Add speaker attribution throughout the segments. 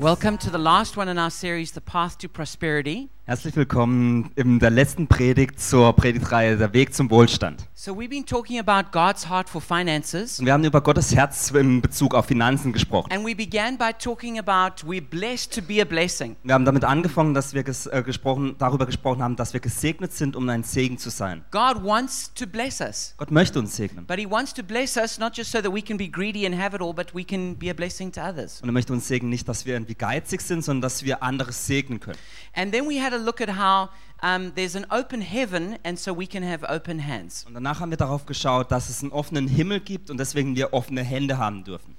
Speaker 1: Welcome to the last one in our series, The Path to Prosperity.
Speaker 2: Herzlich willkommen in der letzten Predigt zur Predigtreihe Der Weg zum Wohlstand.
Speaker 1: So, we've been talking about God's heart for finances,
Speaker 2: Und wir haben über Gottes Herz in Bezug auf Finanzen gesprochen.
Speaker 1: and we began by talking about we're blessed to be a blessing.
Speaker 2: Wir haben damit angefangen, dass wir ges äh, gesprochen, darüber gesprochen haben, dass wir gesegnet sind, um ein Segen zu sein.
Speaker 1: God wants to bless us,
Speaker 2: Gott möchte uns segnen.
Speaker 1: but He wants to bless us not just so that we can be greedy and have it all, but we can be a blessing to others.
Speaker 2: Und er möchte uns segnen nicht, dass wir irgendwie geizig sind, sondern dass wir andere segnen können.
Speaker 1: And then we had a look at how um, there's an open heaven, and so we can have open hands.
Speaker 2: Und danach haben wir darauf geschaut, dass es einen offenen Himmel gibt und deswegen wir offene Hände haben dürfen.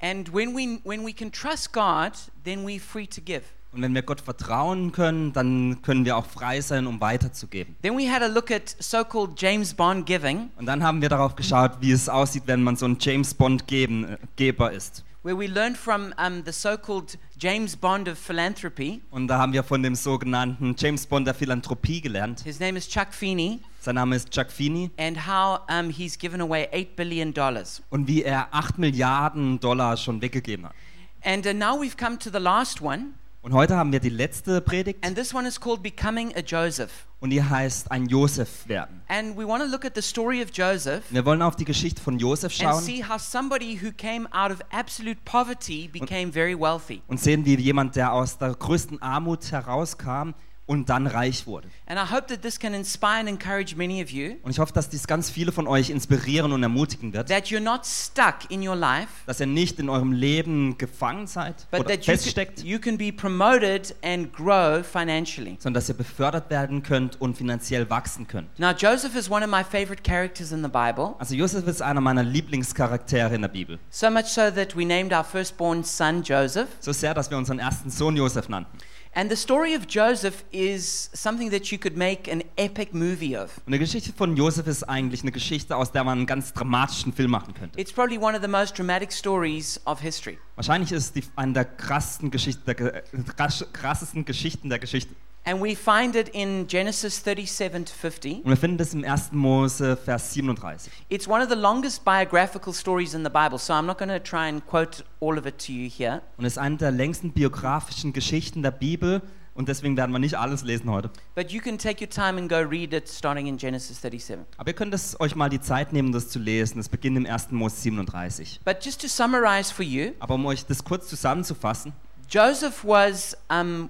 Speaker 1: And when we, when we can trust God, then we're free to give.
Speaker 2: Und wenn wir Gott vertrauen können, dann können wir auch frei sein, um weiterzugeben.
Speaker 1: Then we had a look at so called James Bond giving.
Speaker 2: Und dann haben wir darauf geschaut, wie es aussieht, wenn man so ein James Bond geben, äh, Geber ist.
Speaker 1: where we learn from um, the so-called James Bond of philanthropy.
Speaker 2: Und da haben wir von dem sogenannten James Bond der Philanthropie gelernt.
Speaker 1: His name is Chuck Feeney,
Speaker 2: Sein Name ist Chuck Feeney
Speaker 1: and how um, he's given away eight billion dollars.
Speaker 2: und wie er 8 Milliarden Dollar schon weggegeben hat.
Speaker 1: And uh, now we've come to the last one,
Speaker 2: Und heute haben wir die letzte Predigt
Speaker 1: and this one is called "Becoming a Joseph."
Speaker 2: und die heißt ein Josef werden.
Speaker 1: And we want to look at the story of Joseph
Speaker 2: Wir wollen auf die Geschichte von Josef
Speaker 1: and
Speaker 2: schauen
Speaker 1: see how somebody who came out of absolute poverty became very wealthy.
Speaker 2: und sehen, wie jemand, der aus der größten Armut herauskam und dann reich wurde.
Speaker 1: And I hope that this can inspire and encourage many of you
Speaker 2: Und ich hoffe, dass dies ganz viele von euch inspirieren und ermutigen wird,
Speaker 1: that you're not stuck in your life,
Speaker 2: dass ihr nicht in eurem Leben gefangen seid
Speaker 1: but
Speaker 2: oder
Speaker 1: that you can,
Speaker 2: feststeckt,
Speaker 1: you can be promoted and grow financially.
Speaker 2: sondern dass ihr befördert werden könnt und finanziell wachsen könnt.
Speaker 1: Now, Joseph is one of my favorite characters in the Bible,
Speaker 2: Also Josef ist einer meiner Lieblingscharaktere in der Bibel.
Speaker 1: so much so that we named our firstborn son Joseph.
Speaker 2: So sehr, dass wir unseren ersten Sohn Josef nannten.
Speaker 1: And the story of Joseph is something that you could make an epic movie of.
Speaker 2: Und die Geschichte von Josef ist eigentlich eine Geschichte, aus der man einen ganz dramatischen Film machen könnte.
Speaker 1: It's probably one of the most dramatic stories of history.
Speaker 2: Wahrscheinlich ist es die, eine der krassesten Geschichten der, Ge- äh, krass- krassesten Geschichten der Geschichte.
Speaker 1: And we find it in Genesis 37 to 50.
Speaker 2: Und wir finden das im 1. Mose, Vers 37.
Speaker 1: It's one of the longest biographical stories in the Bible, so I'm not going to try and quote all of it to you here.
Speaker 2: Und es ist eine der längsten biografischen Geschichten der Bibel. Und deswegen werden wir nicht alles lesen heute.
Speaker 1: But you can take your time and go read it starting in Genesis 37.
Speaker 2: Aber ihr könnt es euch mal die Zeit nehmen, das zu lesen. Es beginnt im 1. Mose 37.
Speaker 1: But just to summarize for you,
Speaker 2: Aber um euch das kurz zusammenzufassen,
Speaker 1: Joseph was um,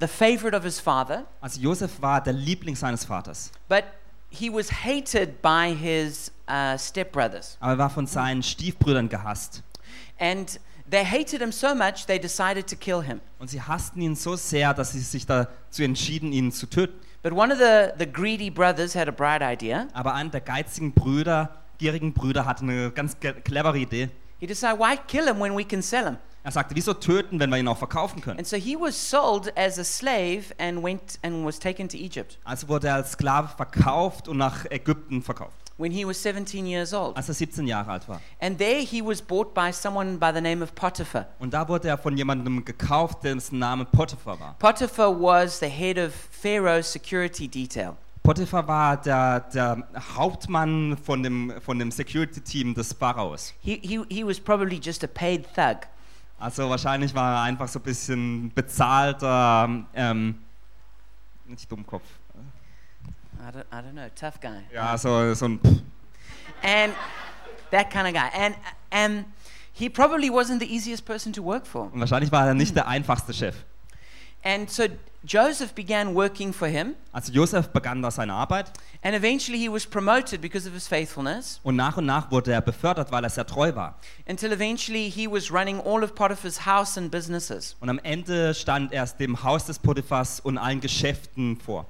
Speaker 1: the favorite of his father,
Speaker 2: also Josef war der Liebling seines Vaters,
Speaker 1: but he was hated by his uh, stepbrothers.
Speaker 2: aber er war von seinen Stiefbrüdern gehasst.
Speaker 1: And they hated him so much they decided to kill him.
Speaker 2: Und sie hassten ihn so sehr, dass sie sich dazu entschieden, ihn zu töten.
Speaker 1: But one of the, the greedy brothers had a bright idea.
Speaker 2: Aber einer der geizigen Brüder, gierigen Brüder, hatte eine ganz ge- clevere Idee.
Speaker 1: He decided, why kill him when we can sell him?
Speaker 2: Er sagte, wieso töten, wenn wir ihn auch verkaufen können?
Speaker 1: And so he was sold as a slave and went and was taken to Egypt
Speaker 2: Also wurde er als Sklave verkauft und nach Ägypten verkauft,
Speaker 1: when he was 17 years old.
Speaker 2: als er 17 Jahre alt war.
Speaker 1: And there he was bought by someone by the name of Potiphar.
Speaker 2: Und da wurde er von jemandem gekauft, dessen Name Potiphar war.
Speaker 1: Potiphar was the head of Pharaoh's security detail.
Speaker 2: Potiphar war der, der Hauptmann von dem, von dem Security-Team des Pharaos.
Speaker 1: He, he, he was probably just a paid thug.
Speaker 2: Also wahrscheinlich war er einfach so ein bisschen bezahlter, ähm, nicht Dummkopf.
Speaker 1: I don't, I don't know, tough guy.
Speaker 2: Ja, so, so ein Pff.
Speaker 1: And that kind of guy. And, and he probably wasn't the easiest person to work for.
Speaker 2: Und wahrscheinlich war er nicht der einfachste Chef.
Speaker 1: And so Joseph began working for him.
Speaker 2: Also Josef begann da seine Arbeit
Speaker 1: And eventually he was promoted because of his faithfulness
Speaker 2: und nach und nach wurde er befördert, weil er sehr treu war.
Speaker 1: until eventually he was running all of Potiphar's house and businesses.
Speaker 2: Und am Ende stand er dem Haus des Potiphars und allen Geschäften vor.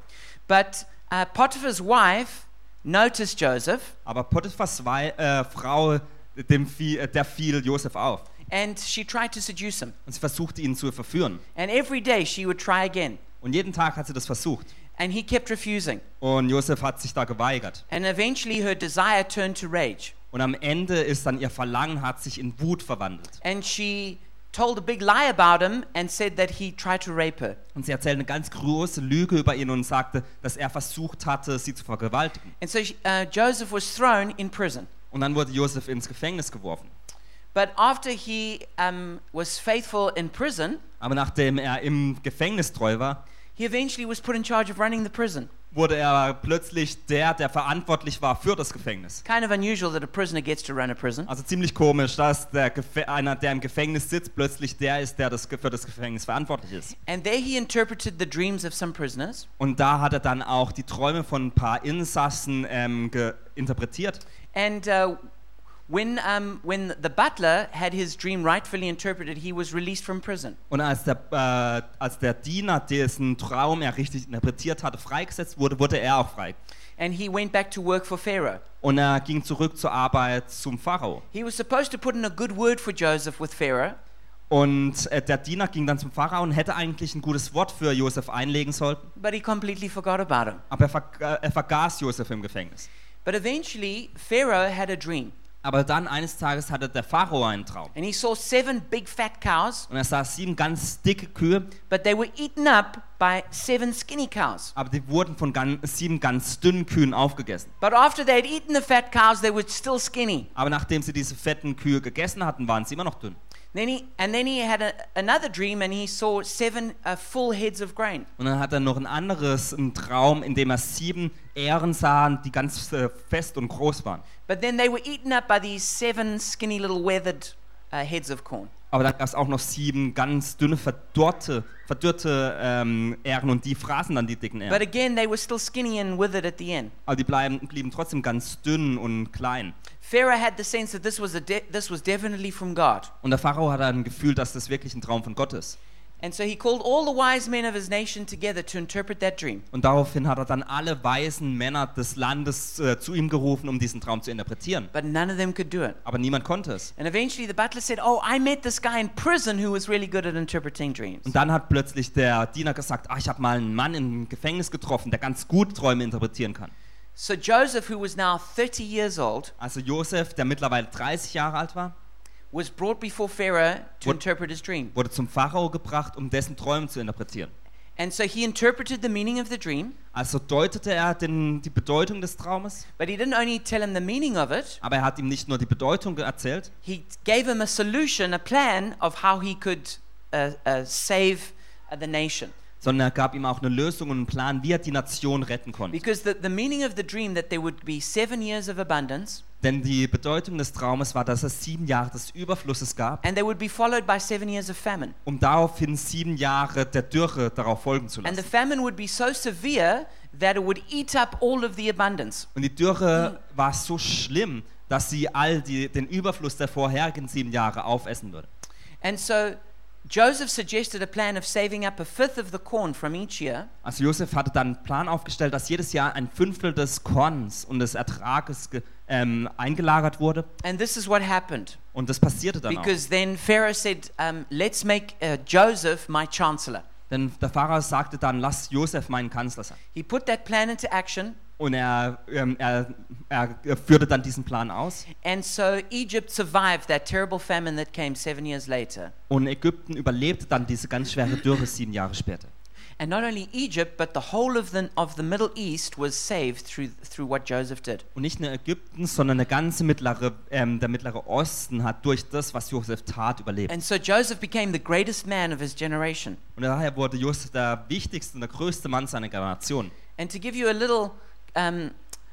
Speaker 1: But uh, Potiphar's wife noticed Joseph
Speaker 2: Aber Potiphars Wei- äh, Frau, dem fiel, äh, der fiel Josef auf
Speaker 1: and she tried to seduce him.
Speaker 2: und sie versuchte ihn zu verführen.
Speaker 1: And every day she would try again.
Speaker 2: Und jeden Tag hat sie das versucht.
Speaker 1: And he kept refusing.
Speaker 2: Und Josef hat sich da geweigert.
Speaker 1: And eventually her desire turned to rage.
Speaker 2: Und am Ende ist dann ihr Verlangen hat sich in Wut verwandelt.
Speaker 1: And she told a big lie about him and said that he tried to rape her.
Speaker 2: Und sie erzählt eine ganz große Lüge über ihn und sagte, dass er versucht hatte, sie zu vergewaltigen.
Speaker 1: And so she, uh, Joseph was thrown in prison.
Speaker 2: Und dann wurde Josef ins Gefängnis geworfen.
Speaker 1: But after he um, was faithful in prison,
Speaker 2: Aber nachdem er im Gefängnis treu war,
Speaker 1: he eventually was put in charge of running the prison.
Speaker 2: wurde er plötzlich der, der verantwortlich war für das Gefängnis.
Speaker 1: Kind of unusual that a prisoner gets to run a prison.
Speaker 2: Also ziemlich komisch, dass der Gefä einer, der im Gefängnis sitzt, plötzlich der ist, der das, Ge- für das Gefängnis verantwortlich ist.
Speaker 1: And there he interpreted the dreams of some prisoners.
Speaker 2: Und da hat er dann auch die Träume von ein paar Insassen ähm, ge- interpretiert.
Speaker 1: And uh, when, um, when the butler had his dream rightfully interpreted, he was released from prison.
Speaker 2: Und als der, äh, als der Diener, dessen Traum er richtig interpretiert hatte, freigesetzt wurde, wurde er auch frei.
Speaker 1: And he went back to work for Pharaoh.
Speaker 2: Und er ging zurück zur Arbeit zum Pharao.
Speaker 1: He was supposed to put in a good word for Joseph with Pharaoh,
Speaker 2: Und äh, der Diener ging dann zum Pharao und hätte eigentlich ein gutes Wort für Josef einlegen sollen,
Speaker 1: but he completely forgot about him.
Speaker 2: aber er, verg äh, er vergaß Josef im Gefängnis.
Speaker 1: But eventually, Pharaoh had a dream,
Speaker 2: Aber dann eines Tages hatte der Pharao einen Traum.
Speaker 1: and he saw seven big fat cows,
Speaker 2: Und er sah sieben ganz dicke Kühe,
Speaker 1: but they were eaten up by seven skinny cows.
Speaker 2: aber die wurden von gan sieben ganz dünnen Kühen aufgegessen.
Speaker 1: But after they had eaten the fat cows, they were still skinny.
Speaker 2: Aber nachdem sie diese fetten Kühe gegessen hatten, waren sie immer noch dünn.
Speaker 1: Then he, and then he had a, another dream, and he saw seven uh, full heads of grain.
Speaker 2: Und dann hat er noch ein anderes, einen Traum, in dem er sieben Ähren sah, die ganz äh, fest und groß waren.
Speaker 1: But then they were eaten up by these seven skinny little weathered uh, heads of corn.
Speaker 2: Aber da gab es auch noch sieben ganz dünne, verdorrte, verdürrte ähm, Ähren und die fraßen dann die dicken
Speaker 1: But
Speaker 2: Ähren.
Speaker 1: again, they were still skinny and withered at the end.
Speaker 2: Aber die bleiben, blieben trotzdem ganz dünn und klein.
Speaker 1: Pharaoh had the sense that this was, a de- this was definitely from God.
Speaker 2: Und der Pharao hat dann gefühlt, dass das wirklich ein Traum von Gott ist.
Speaker 1: And so he called all the wise men of his nation together to interpret that dream.
Speaker 2: Und daraufhin hat er dann alle weisen Männer des Landes äh, zu ihm gerufen, um diesen Traum zu interpretieren.
Speaker 1: But none of them could do it.
Speaker 2: Aber niemand konnte es.
Speaker 1: And eventually the butler said, Oh, I met this guy in prison who was really good at interpreting dreams.
Speaker 2: Und dann hat plötzlich der Diener gesagt, ah, ich habe mal einen Mann im Gefängnis getroffen, der ganz gut Träume interpretieren kann.
Speaker 1: So Joseph, who was now 30 years old,
Speaker 2: Also Josef, der mittlerweile 30 Jahre alt war,
Speaker 1: was brought before Pharaoh to
Speaker 2: What-
Speaker 1: interpret his dream.
Speaker 2: wurde zum Pharao gebracht, um dessen Träume zu interpretieren.
Speaker 1: And so he interpreted the meaning of the dream,
Speaker 2: Also deutete er den, die Bedeutung des Traumes,
Speaker 1: but he didn't only tell him the meaning of it,
Speaker 2: aber er hat ihm nicht nur die Bedeutung ge- erzählt,
Speaker 1: he gave him a solution, a plan of how he could uh, uh, save uh, the nation.
Speaker 2: sondern er gab ihm auch eine Lösung und einen Plan, wie er die Nation retten konnte.
Speaker 1: Because the, the meaning of the dream that there would be seven years of abundance
Speaker 2: Denn die Bedeutung des Traumes war, dass es sieben Jahre des Überflusses gab,
Speaker 1: and they would be followed by seven years of famine.
Speaker 2: um daraufhin sieben Jahre der Dürre darauf folgen zu
Speaker 1: And the
Speaker 2: lassen.
Speaker 1: famine would be so severe that it would eat up all of the abundance.
Speaker 2: Und die Dürre war so schlimm, dass sie all die, den Überfluss der vorherigen sieben Jahre aufessen würde.
Speaker 1: And so Joseph suggested a plan of saving up a fifth of the corn from each year
Speaker 2: Also Josef hatte dann einen Plan aufgestellt, dass jedes Jahr ein Fünftel des Korns und des Ertrages ge- ähm, eingelagert wurde.
Speaker 1: and this is what happened.
Speaker 2: Und das passierte dann auch.
Speaker 1: Because then Pharaoh said, um, Let's make uh, Joseph my chancellor.
Speaker 2: Denn der Pharao sagte dann, lass Josef meinen Kanzler sein.
Speaker 1: He put that plan into action,
Speaker 2: Und er, ähm, er, er führte dann diesen Plan aus.
Speaker 1: and so Egypt survived that terrible famine that came seven years later.
Speaker 2: Und Ägypten überlebte dann diese ganz schwere Dürre sieben Jahre später.
Speaker 1: And not only Egypt, but the whole of the, of the Middle East was saved through, through what Joseph did.
Speaker 2: Und nicht nur Ägypten, sondern der ganze mittlere, ähm, der mittlere Osten hat durch das, was Josef tat, überlebt.
Speaker 1: And so Joseph became the greatest man of his generation.
Speaker 2: Und daher wurde Josef der wichtigste und der größte Mann seiner Generation.
Speaker 1: And to give you a little, um,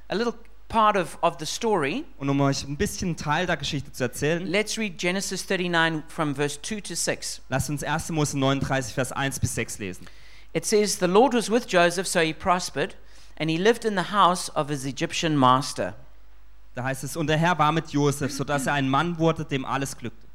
Speaker 1: a little part of, of the story,
Speaker 2: Und um euch ein bisschen Teil der Geschichte zu erzählen,
Speaker 1: let's read Genesis 39 from verse 2 to 6.
Speaker 2: lasst uns 1. Mose 39, Vers 1 bis 6 lesen.
Speaker 1: It says, The Lord was with Joseph, so he prospered, and he lived in the house of his Egyptian master.
Speaker 2: Da heißt es, und der Herr war mit Josef, sodass er ein Mann wurde, dem alles glückte.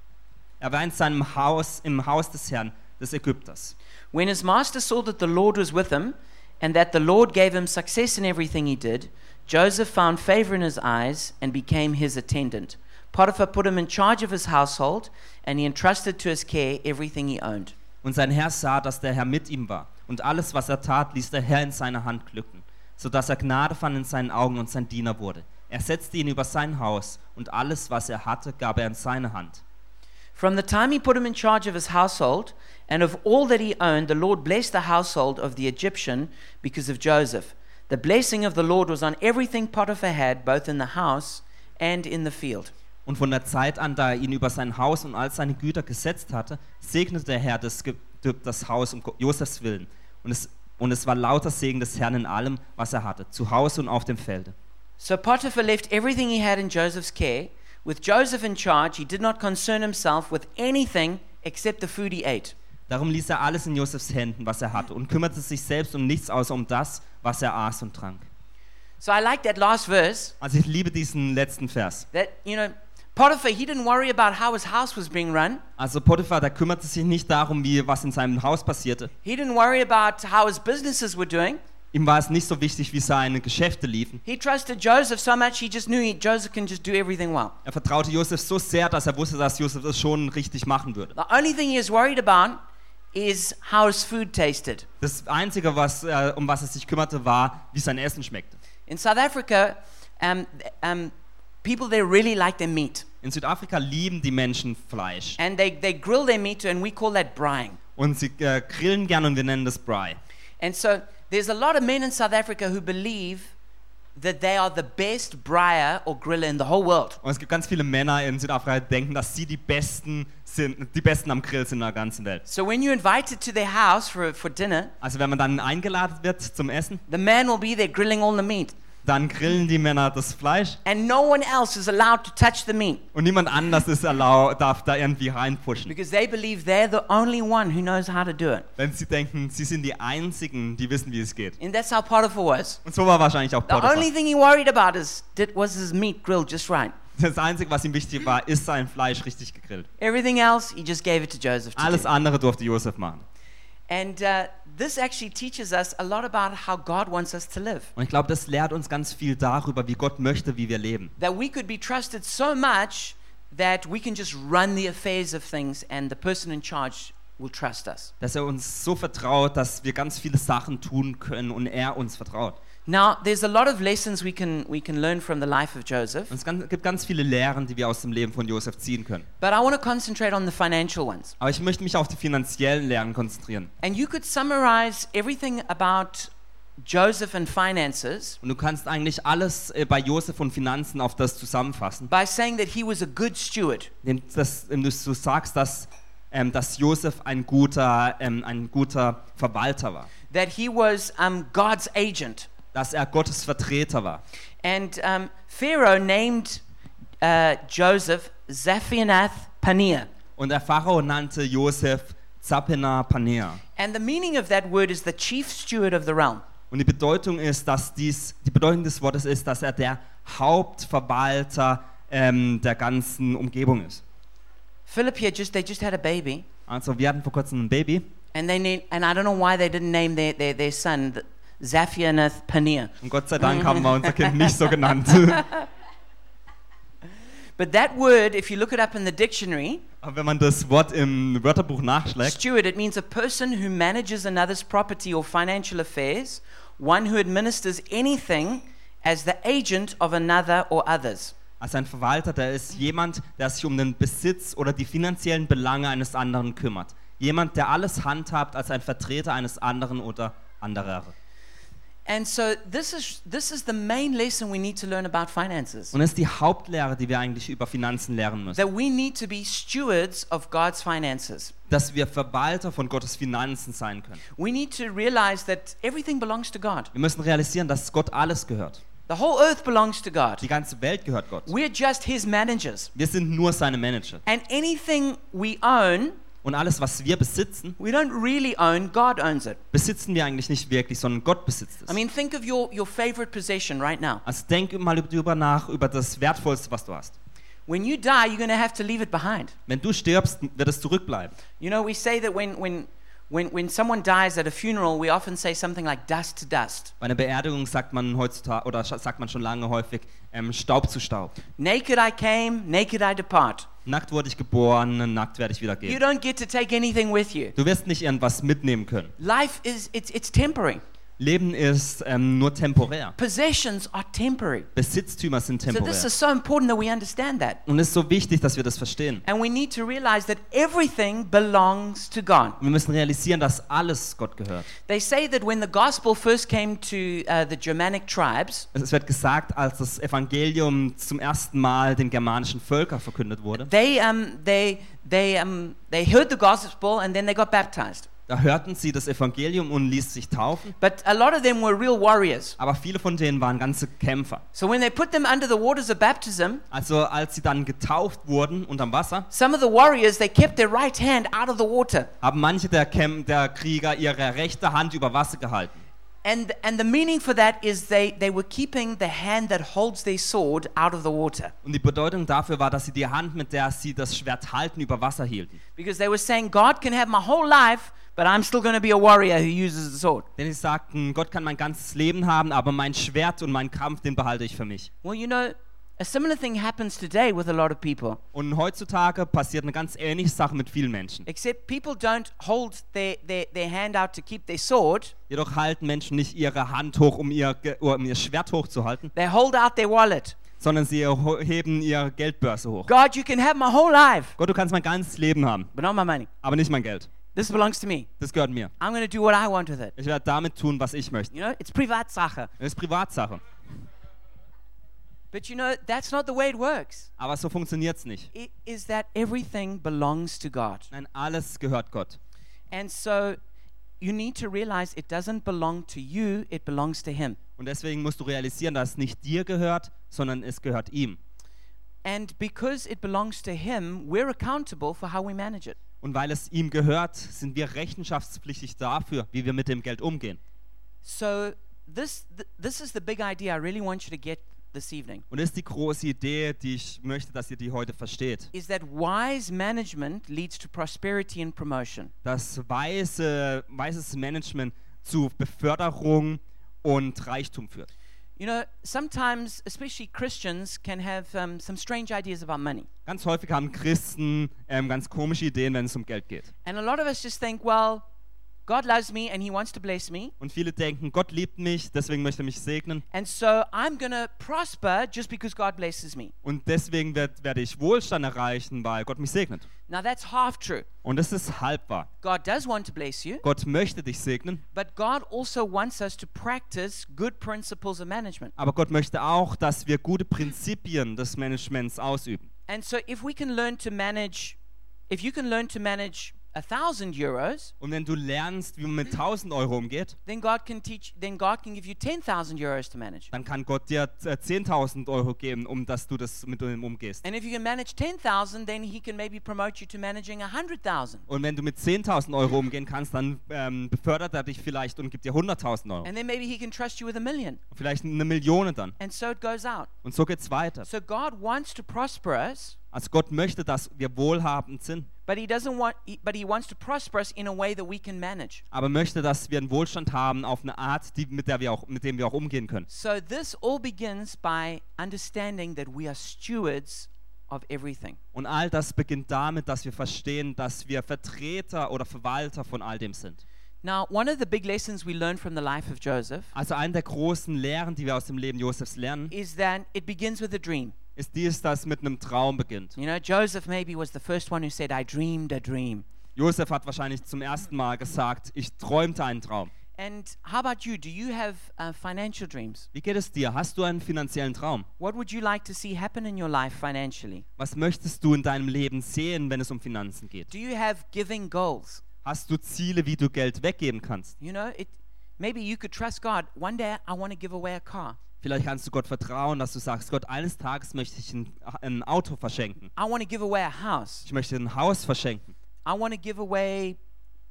Speaker 2: Er war in seinem Haus, im Haus des Herrn, des Ägypters.
Speaker 1: When his master saw that the Lord was with him, and that the Lord gave him success in everything he did, Joseph found favor in his eyes and became his attendant. Potiphar put him in charge of his household, and he entrusted to his care everything he owned.
Speaker 2: Und sein Herr sah, dass der Herr mit ihm war. Und alles, was er tat, ließ der Herr in seiner Hand glücken, sodass er Gnade fand in seinen Augen und sein Diener wurde. Er setzte ihn über sein Haus und alles, was er hatte, gab er in seine Hand.
Speaker 1: From the time he put him in charge of his household and of all that he owned, the Lord blessed the household of the Egyptian because of Joseph. The blessing of the Lord was on everything Potiphar had, both in the house and in the field.
Speaker 2: Und von der Zeit an, da er ihn über sein Haus und all seine Güter gesetzt hatte, segnete der Herr das, Ge- das Haus um Josefs Willen. Und es, und es war lauter Segen des Herrn in allem, was er hatte, zu Hause und auf dem Felde.
Speaker 1: So Potiphar left everything he had in Joseph's care. With Joseph in charge, he did not concern himself with anything except the food he ate.
Speaker 2: Darum ließ er alles in Josefs Händen, was er hatte, und kümmerte sich selbst um nichts außer um das, was er aß und trank.
Speaker 1: So I like that last verse
Speaker 2: Also ich liebe diesen letzten Vers.
Speaker 1: that, you know, Potiphar, he didn't worry about how his house was being run.
Speaker 2: Also Potiphar, der kümmerte sich nicht darum, wie was in seinem Haus passierte.
Speaker 1: He didn't worry about how his businesses were doing.
Speaker 2: Ihm war es nicht so wichtig, wie seine Geschäfte liefen.
Speaker 1: He trusted Joseph so much he just knew he, Joseph can just do everything well.
Speaker 2: Er vertraute Josef so sehr, dass er wusste, dass Josef das schon richtig machen würde.
Speaker 1: The only thing he is worried about is how his food tasted.
Speaker 2: Das Einzige, was, äh, um was er sich kümmerte, war, wie sein Essen schmeckte.
Speaker 1: In South Africa, um, um, people there really like their meat.
Speaker 2: In Südafrika lieben die Menschen Fleisch.
Speaker 1: And they, they grill their meat, and we call that brine.
Speaker 2: Und sie äh, grillen gern und wir nennen das Braai.
Speaker 1: And so there's a lot of men in South Africa who believe that they are the best briar or griller in the whole world.
Speaker 2: Und es gibt ganz viele Männer in Südafrika, die denken, dass sie die Besten sind, die Besten am Grill sind in der ganzen Welt.
Speaker 1: So when you're invited to their house for, for dinner,
Speaker 2: Also wenn man dann eingeladen wird zum Essen,
Speaker 1: the man will be there grilling all the meat.
Speaker 2: dann grillen die Männer das Fleisch
Speaker 1: And no one else is allowed to touch the meat
Speaker 2: und niemand anders ist erlau darf da irgendwie reinpushen.
Speaker 1: because they believe they're the only one who knows how to do it.
Speaker 2: Wenn sie denken, sie sind die Einzigen, die wissen, wie es geht.
Speaker 1: And that's how Potiphar was.
Speaker 2: Und so war wahrscheinlich auch
Speaker 1: The
Speaker 2: Potiphar.
Speaker 1: only thing he worried about is did, was his meat grilled just right.
Speaker 2: Das Einzige, was ihm wichtig war, ist sein Fleisch richtig gegrillt.
Speaker 1: Everything else, he just gave it to Joseph. To
Speaker 2: Alles
Speaker 1: do.
Speaker 2: andere durfte Josef machen.
Speaker 1: And uh, this actually teaches us a lot about how God wants us to live.
Speaker 2: Und ich glaube, das lehrt uns ganz viel darüber, wie Gott möchte, wie wir leben.
Speaker 1: That we could be trusted so much that we can just run the affairs of things and the person in charge will trust us.
Speaker 2: Dass er uns so vertraut, dass wir ganz viele Sachen tun können und er uns vertraut.
Speaker 1: Now, there's a lot of lessons we can, we can learn from the life of
Speaker 2: Und
Speaker 1: Joseph,
Speaker 2: es gan- gibt ganz viele Lehren, die wir aus dem Leben von Josef ziehen können.
Speaker 1: but I want to concentrate on the financial ones.
Speaker 2: Aber ich möchte mich auf die finanziellen Lehren konzentrieren.
Speaker 1: And you could summarize everything about Joseph and finances
Speaker 2: Und du kannst eigentlich alles äh, bei Josef und Finanzen auf das zusammenfassen,
Speaker 1: by saying that he was a good steward.
Speaker 2: indem das- indem du so sagst, dass, ähm, dass Josef ein guter, ähm, ein guter Verwalter war,
Speaker 1: that he was um, God's agent.
Speaker 2: dass er Gottes Vertreter war.
Speaker 1: And um, Pharaoh named uh, Joseph Zaphinath Paneah.
Speaker 2: Und der Pharao nannte Josef Zapena Panea.
Speaker 1: And the meaning of that word is the chief steward of the realm.
Speaker 2: Und die Bedeutung ist, dass dies, die Bedeutung des Wortes ist, dass er der Hauptverwalter ähm, der ganzen Umgebung ist.
Speaker 1: Philip here just they just had a baby,
Speaker 2: Also wir hatten vor kurzem ein Baby
Speaker 1: and they need, and I don't know why they didn't name their their, their son th- Zaphinath Paneah.
Speaker 2: und Gott sei Dank haben wir unser Kind nicht so genannt.
Speaker 1: But that word, if you look it up in the dictionary,
Speaker 2: Aber wenn man das Wort im Wörterbuch nachschlägt,
Speaker 1: steward, it means a person who manages another's property or financial affairs, one who administers anything as the agent of another or others.
Speaker 2: also ein Verwalter, der ist jemand, der sich um den Besitz oder die finanziellen Belange eines anderen kümmert. Jemand, der alles handhabt als ein Vertreter eines anderen oder anderer.
Speaker 1: And so this is this is the main lesson we need to learn about finances.
Speaker 2: Und das ist die Hauptlehre, die wir eigentlich über Finanzen lernen müssen.
Speaker 1: That we need to be stewards of God's finances.
Speaker 2: Dass wir Verwalter von Gottes Finanzen sein können.
Speaker 1: We need to realize that everything belongs to God.
Speaker 2: Wir müssen realisieren, dass Gott alles gehört.
Speaker 1: The whole earth belongs to God.
Speaker 2: Die ganze Welt gehört Gott.
Speaker 1: We're just his managers.
Speaker 2: Wir sind nur seine Manager.
Speaker 1: And anything we own,
Speaker 2: Und alles, was wir besitzen,
Speaker 1: we don't really own, God owns it.
Speaker 2: besitzen wir eigentlich nicht wirklich, sondern Gott besitzt es.
Speaker 1: I mean, think of your, your favorite possession right now.
Speaker 2: Also denk mal drüber nach, über das Wertvollste, was du hast.
Speaker 1: When you die, you're going to have to leave it behind.
Speaker 2: Wenn du stirbst, wird es zurückbleiben.
Speaker 1: You know, we say that when, when, when, when someone dies at a funeral, we often say something like dust to dust.
Speaker 2: Bei einer Beerdigung sagt man heutzutage, oder scha- sagt man schon lange häufig, ähm, Staub zu Staub.
Speaker 1: Naked I came, naked I depart.
Speaker 2: Nackt wurde ich geboren, nackt werde ich wieder
Speaker 1: You
Speaker 2: gehen.
Speaker 1: don't get to take anything with you.
Speaker 2: Du wirst nicht irgendwas mitnehmen können.
Speaker 1: Life is it's it's temporary.
Speaker 2: Leben ist ähm, nur temporär.
Speaker 1: Possessions are temporary.
Speaker 2: Besitztümer sind
Speaker 1: So
Speaker 2: temporär.
Speaker 1: this is so important that we understand that.
Speaker 2: Und es ist so wichtig, dass wir das verstehen.
Speaker 1: And we need to realize that everything belongs to God.
Speaker 2: Und wir müssen realisieren, dass alles Gott gehört.
Speaker 1: They say that when the gospel first came to uh, the Germanic tribes,
Speaker 2: Es wird gesagt, als das Evangelium zum ersten Mal den germanischen Völkern verkündet wurde,
Speaker 1: they, um, they, they, um, they heard the gospel and then they got baptized.
Speaker 2: da hörten sie das Evangelium und ließen sich taufen.
Speaker 1: But a lot of them were real warriors.
Speaker 2: Aber viele von denen waren ganze Kämpfer.
Speaker 1: So when they put them under the waters of baptism,
Speaker 2: Also als sie dann getauft wurden unterm Wasser,
Speaker 1: some of the warriors, they kept their right hand out of the water.
Speaker 2: haben manche der, Kämp der Krieger ihre rechte Hand über Wasser gehalten.
Speaker 1: And, and the meaning for that is they, they were keeping the hand that holds their sword out of the water.
Speaker 2: Und die Bedeutung dafür war, dass sie die Hand, mit der sie das Schwert halten, über Wasser hielten.
Speaker 1: Because they were saying, God can have my whole life, but I'm still going to be a warrior who uses the sword.
Speaker 2: Denn sie sagten, Gott kann mein ganzes Leben haben, aber mein Schwert und mein Kampf, den behalte ich für mich.
Speaker 1: Well, you know, a similar thing happens today with a lot of people,
Speaker 2: Und heutzutage passiert eine ganz ähnliche Sache mit vielen Menschen.
Speaker 1: except people don't hold their, their, their hand out to keep their sword,
Speaker 2: Jedoch halten Menschen nicht ihre Hand hoch, um ihr, Ge- oder um ihr Schwert hochzuhalten,
Speaker 1: they hold out their wallet.
Speaker 2: sondern sie ho- heben ihre Geldbörse hoch.
Speaker 1: God, you can have my whole life,
Speaker 2: Gott, du kannst mein ganzes Leben haben,
Speaker 1: but not my money.
Speaker 2: aber nicht mein Geld.
Speaker 1: This belongs to me.
Speaker 2: Das gehört mir.
Speaker 1: I'm going to do what I want with it.
Speaker 2: Ich werde damit tun, was ich möchte.
Speaker 1: You know, it's Privatsache.
Speaker 2: Das ist Privatsache.
Speaker 1: But you know, that's not the way it works.
Speaker 2: Aber so funktioniert es nicht.
Speaker 1: It is that everything belongs to God.
Speaker 2: Nein, alles gehört Gott.
Speaker 1: And so you need to realize it doesn't belong to you, it belongs to Him.
Speaker 2: Und deswegen musst du realisieren, dass es nicht dir gehört, sondern es gehört ihm.
Speaker 1: And because it belongs to Him, we're accountable for how we manage it.
Speaker 2: Und weil es ihm gehört, sind wir rechenschaftspflichtig dafür, wie wir mit dem Geld umgehen.
Speaker 1: So this, th- this is the big idea I really want you to get this evening
Speaker 2: Und das ist die große Idee, die ich möchte, dass ihr die heute versteht.
Speaker 1: is that wise management leads to prosperity and promotion.
Speaker 2: Dass weise, weises Management zu Beförderung und Reichtum führt.
Speaker 1: You know, sometimes, especially Christians, can have um, some strange ideas about money.
Speaker 2: Ganz häufig haben Christen ähm, ganz komische Ideen, wenn es um Geld geht.
Speaker 1: And a lot of us just think, well, God loves me and He wants to bless me.
Speaker 2: Und viele denken, Gott liebt mich, deswegen möchte er mich segnen.
Speaker 1: And so I'm going to prosper just because God blesses me.
Speaker 2: Und deswegen werd, werde ich Wohlstand erreichen, weil Gott mich segnet.
Speaker 1: Now, that's half true.
Speaker 2: Und das ist halb wahr.
Speaker 1: God does want to bless you,
Speaker 2: Gott möchte dich segnen,
Speaker 1: but God also wants us to practice good principles of management.
Speaker 2: aber Gott möchte auch, dass wir gute Prinzipien des Managements ausüben.
Speaker 1: And so, if we can learn to manage, if you can learn to manage a thousand euros,
Speaker 2: Und wenn du lernst, wie man mit 1000 Euro umgeht,
Speaker 1: then God can teach, then God can give you 10,000 euros to manage.
Speaker 2: dann kann Gott dir äh, 10.000 Euro geben, um dass du das mit ihm umgehst.
Speaker 1: And if you can manage 10,000, then he can maybe promote you to managing 100,000.
Speaker 2: Und wenn du mit 10.000 Euro umgehen kannst, dann ähm, befördert er dich vielleicht und gibt dir 100.000 Euro.
Speaker 1: And then maybe he can trust you with a million.
Speaker 2: Vielleicht eine Million dann.
Speaker 1: And so it goes out.
Speaker 2: Und so geht's weiter.
Speaker 1: So God wants to prosper us,
Speaker 2: Also Gott möchte, dass wir wohlhabend sind,
Speaker 1: but he doesn't want he- but he wants to prosper us in a way that we can manage.
Speaker 2: aber möchte, dass wir einen Wohlstand haben auf eine Art, die, mit, der wir auch, mit dem wir auch umgehen können.
Speaker 1: So this all begins by understanding that we are stewards of everything.
Speaker 2: Und all das beginnt damit, dass wir verstehen, dass wir Vertreter oder Verwalter von all dem sind.
Speaker 1: Now, one of the big lessons we learn from the life of Joseph
Speaker 2: Also eine der großen Lehren, die wir aus dem Leben Josefs lernen,
Speaker 1: is that it begins with a dream.
Speaker 2: ist dies, dass mit einem Traum beginnt.
Speaker 1: You know, Joseph maybe was the first one who said, I dreamed a dream.
Speaker 2: Josef hat wahrscheinlich zum ersten Mal gesagt, ich träumte einen Traum.
Speaker 1: And how about you? Do you have uh, financial dreams?
Speaker 2: Wie geht es dir? Hast du einen finanziellen Traum?
Speaker 1: What would you like to see happen in your life financially?
Speaker 2: Was möchtest du in deinem Leben sehen, wenn es um Finanzen geht?
Speaker 1: Do you have giving goals?
Speaker 2: Hast du Ziele, wie du Geld weggeben kannst?
Speaker 1: You know, it maybe you could trust God. One day I want to give away a car.
Speaker 2: Vielleicht kannst du Gott vertrauen, dass du sagst, Gott, eines Tages möchte ich ein, ein Auto verschenken.
Speaker 1: I want to give away a house.
Speaker 2: Ich möchte ein Haus verschenken.
Speaker 1: I want to give away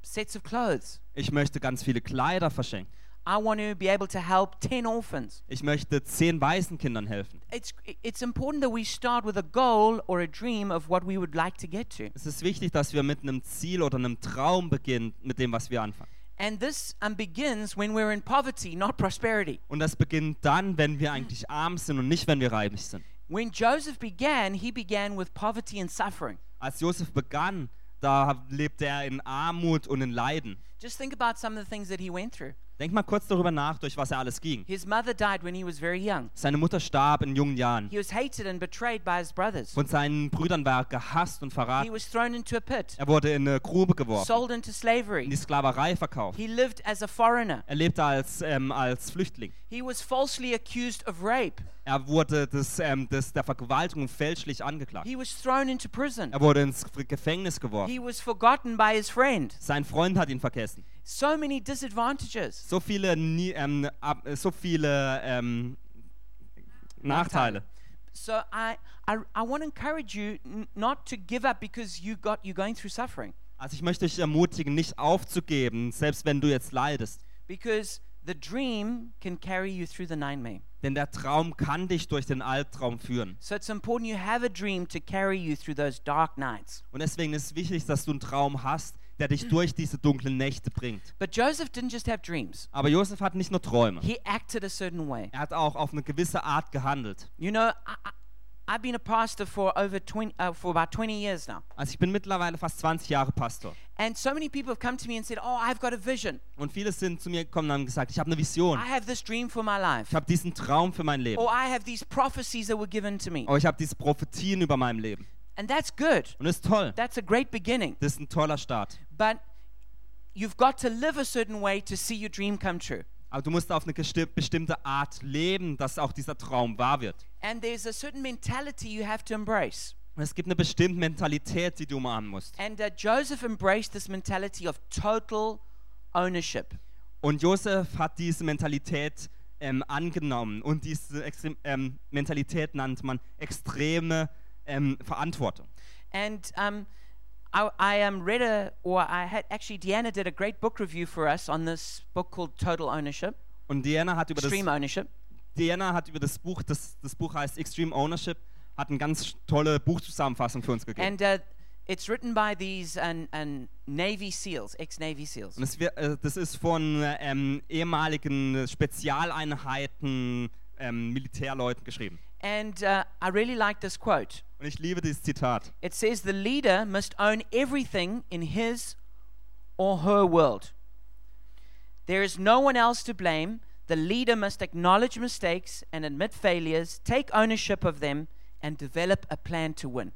Speaker 1: sets of clothes.
Speaker 2: Ich möchte ganz viele Kleider verschenken.
Speaker 1: I want to be able to help 10 orphans.
Speaker 2: Ich möchte zehn Waisenkindern helfen.
Speaker 1: It's it's important that we start with a goal or a dream of what we would like to get to.
Speaker 2: Es ist wichtig, dass wir mit einem Ziel oder einem Traum beginnen, mit dem, was wir anfangen.
Speaker 1: And this um, begins when we're in poverty, not prosperity.
Speaker 2: Und das beginnt dann, wenn wir eigentlich arm sind und nicht, wenn wir reich sind.
Speaker 1: When Joseph began, he began with poverty and suffering.
Speaker 2: Als Josef begann, da lebte er in Armut und in Leiden.
Speaker 1: Just think about some of the things that he went through.
Speaker 2: Denk mal kurz darüber nach, durch was er alles ging.
Speaker 1: His mother died when he was very young.
Speaker 2: Seine Mutter starb in jungen Jahren.
Speaker 1: He was hated and betrayed by his brothers.
Speaker 2: Von seinen Brüdern war er gehasst und
Speaker 1: He
Speaker 2: verraten.
Speaker 1: was thrown into a pit,
Speaker 2: Er wurde in eine Grube geworfen,
Speaker 1: sold into
Speaker 2: in die
Speaker 1: slavery.
Speaker 2: Sklaverei verkauft.
Speaker 1: He lived as a foreigner.
Speaker 2: Er lebte als, ähm, als Flüchtling.
Speaker 1: He was falsely accused of rape.
Speaker 2: Er wurde des, ähm, des, der Vergewaltigung fälschlich angeklagt.
Speaker 1: He was thrown into prison.
Speaker 2: Er wurde ins F- Gefängnis geworfen.
Speaker 1: He was forgotten by his friend.
Speaker 2: Sein Freund hat ihn vergessen.
Speaker 1: So many disadvantages.
Speaker 2: So viele, nie, ähm, ab, äh, so viele ähm, Nachteile.
Speaker 1: So I, I, I want to encourage you n- not to give up because you got you're going through suffering.
Speaker 2: Also ich möchte dich ermutigen, nicht aufzugeben, selbst wenn du jetzt leidest.
Speaker 1: Because the dream can carry you through the nightmare.
Speaker 2: Denn der Traum kann dich durch den Albtraum führen.
Speaker 1: So it's important you have a dream to carry you through those dark nights.
Speaker 2: Und deswegen ist es wichtig, dass du einen Traum hast, der dich durch diese dunklen Nächte bringt.
Speaker 1: But Joseph didn't just have dreams.
Speaker 2: Aber Josef hat nicht nur Träume.
Speaker 1: He acted a certain way.
Speaker 2: Er hat auch auf eine gewisse Art gehandelt.
Speaker 1: You know, I, I, I've been a pastor for over 20, uh, for about 20 years now.
Speaker 2: Also ich bin mittlerweile fast 20 Jahre Pastor.
Speaker 1: And so many people have come to me and said, "Oh, I've got a vision.
Speaker 2: Und viele sind zu mir gekommen und haben gesagt, ich habe eine Vision.
Speaker 1: I have this dream for my life."
Speaker 2: Ich habe diesen Traum für mein Leben.
Speaker 1: Or I have these prophecies that were given to me.
Speaker 2: Oh, ich habe diese Prophetien über meinem Leben.
Speaker 1: And that's good.
Speaker 2: Und das ist toll.
Speaker 1: That's a great beginning.
Speaker 2: Das ist ein toller Start.
Speaker 1: But you've got to live a certain way to see your dream come true.
Speaker 2: Aber du musst auf eine gesti- bestimmte Art leben, dass auch dieser Traum wahr wird.
Speaker 1: And there's a certain mentality you have to embrace.
Speaker 2: Und es gibt eine bestimmte Mentalität, die du umarmen musst.
Speaker 1: And uh, Joseph embraced this mentality of total ownership.
Speaker 2: Und Josef hat diese Mentalität ähm, angenommen. Und diese Extrem ähm, Mentalität nannte man extreme ähm, Verantwortung.
Speaker 1: And um, I, I um, read a, or I had actually, Deanna did a great book review for us on this book called Total Ownership,
Speaker 2: Und Diana hat über das
Speaker 1: Extreme Ownership.
Speaker 2: Diana hat über das Buch, das, das Buch heißt Extreme Ownership, hat eine ganz tolle Buchzusammenfassung für uns gegeben.
Speaker 1: And uh, it's written by these um, um, Navy SEALs, ex Navy SEAls.
Speaker 2: Und es, wir- äh, das ist von äh, ähm, ehemaligen äh, Spezialeinheiten, ähm, Militärleuten geschrieben.
Speaker 1: And uh, I really like this quote.
Speaker 2: Und ich liebe dieses Zitat.
Speaker 1: It says, The leader must own everything in his or her world. There is no one else to blame. The leader must acknowledge mistakes and admit failures, take ownership of them, and develop a plan to win.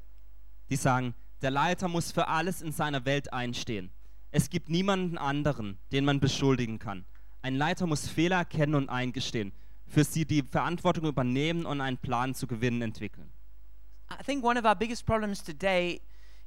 Speaker 2: Die sagen, der Leiter muss für alles in seiner Welt einstehen. Es gibt niemanden anderen, den man beschuldigen kann. Ein Leiter muss Fehler erkennen und eingestehen, für sie die Verantwortung übernehmen und einen Plan zu gewinnen entwickeln.
Speaker 1: I think one of our biggest problems today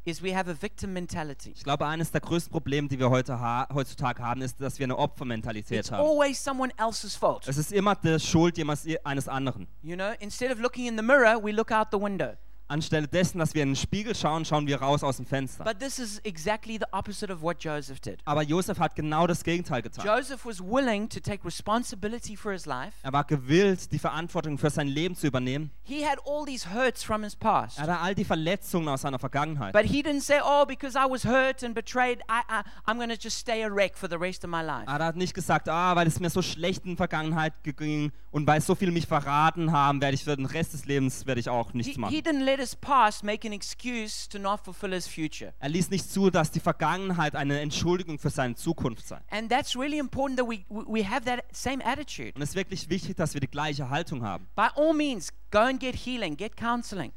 Speaker 1: is we have a victim mentality.
Speaker 2: Ich glaube, eines der größten Probleme, die wir heute ha heutzutage haben, ist, dass wir eine
Speaker 1: It's
Speaker 2: Opfermentalität haben.
Speaker 1: always someone else's fault.
Speaker 2: Es ist immer die Schuld jemals eines anderen.
Speaker 1: You know, instead of looking in the mirror, we look out the window.
Speaker 2: Anstelle dessen, dass wir in den Spiegel schauen, schauen wir raus aus dem Fenster.
Speaker 1: But this is exactly the opposite of what Joseph did.
Speaker 2: Aber Josef hat genau das Gegenteil getan.
Speaker 1: Joseph was willing to take responsibility for his life.
Speaker 2: Er war gewillt, die Verantwortung für sein Leben zu übernehmen.
Speaker 1: He had all these hurts from his past.
Speaker 2: Er hatte all die Verletzungen aus seiner Vergangenheit.
Speaker 1: But he didn't say, oh, because I was hurt and betrayed, I, I, I'm going to just stay a wreck for the rest of my life.
Speaker 2: Er hat nicht gesagt, ah, weil es mir so schlecht in der Vergangenheit ging und weil so viele mich verraten haben, werde ich für den Rest des Lebens werde ich auch
Speaker 1: He,
Speaker 2: nichts
Speaker 1: he
Speaker 2: machen.
Speaker 1: didn't let his past make an excuse to not fulfill his future.
Speaker 2: Er ließ nicht zu, dass die Vergangenheit eine Entschuldigung für seine Zukunft sei.
Speaker 1: And that's really important that we, we- we have that same attitude.
Speaker 2: Und es ist wirklich wichtig, dass wir die gleiche Haltung haben.
Speaker 1: By all means, go and get healing, get counseling.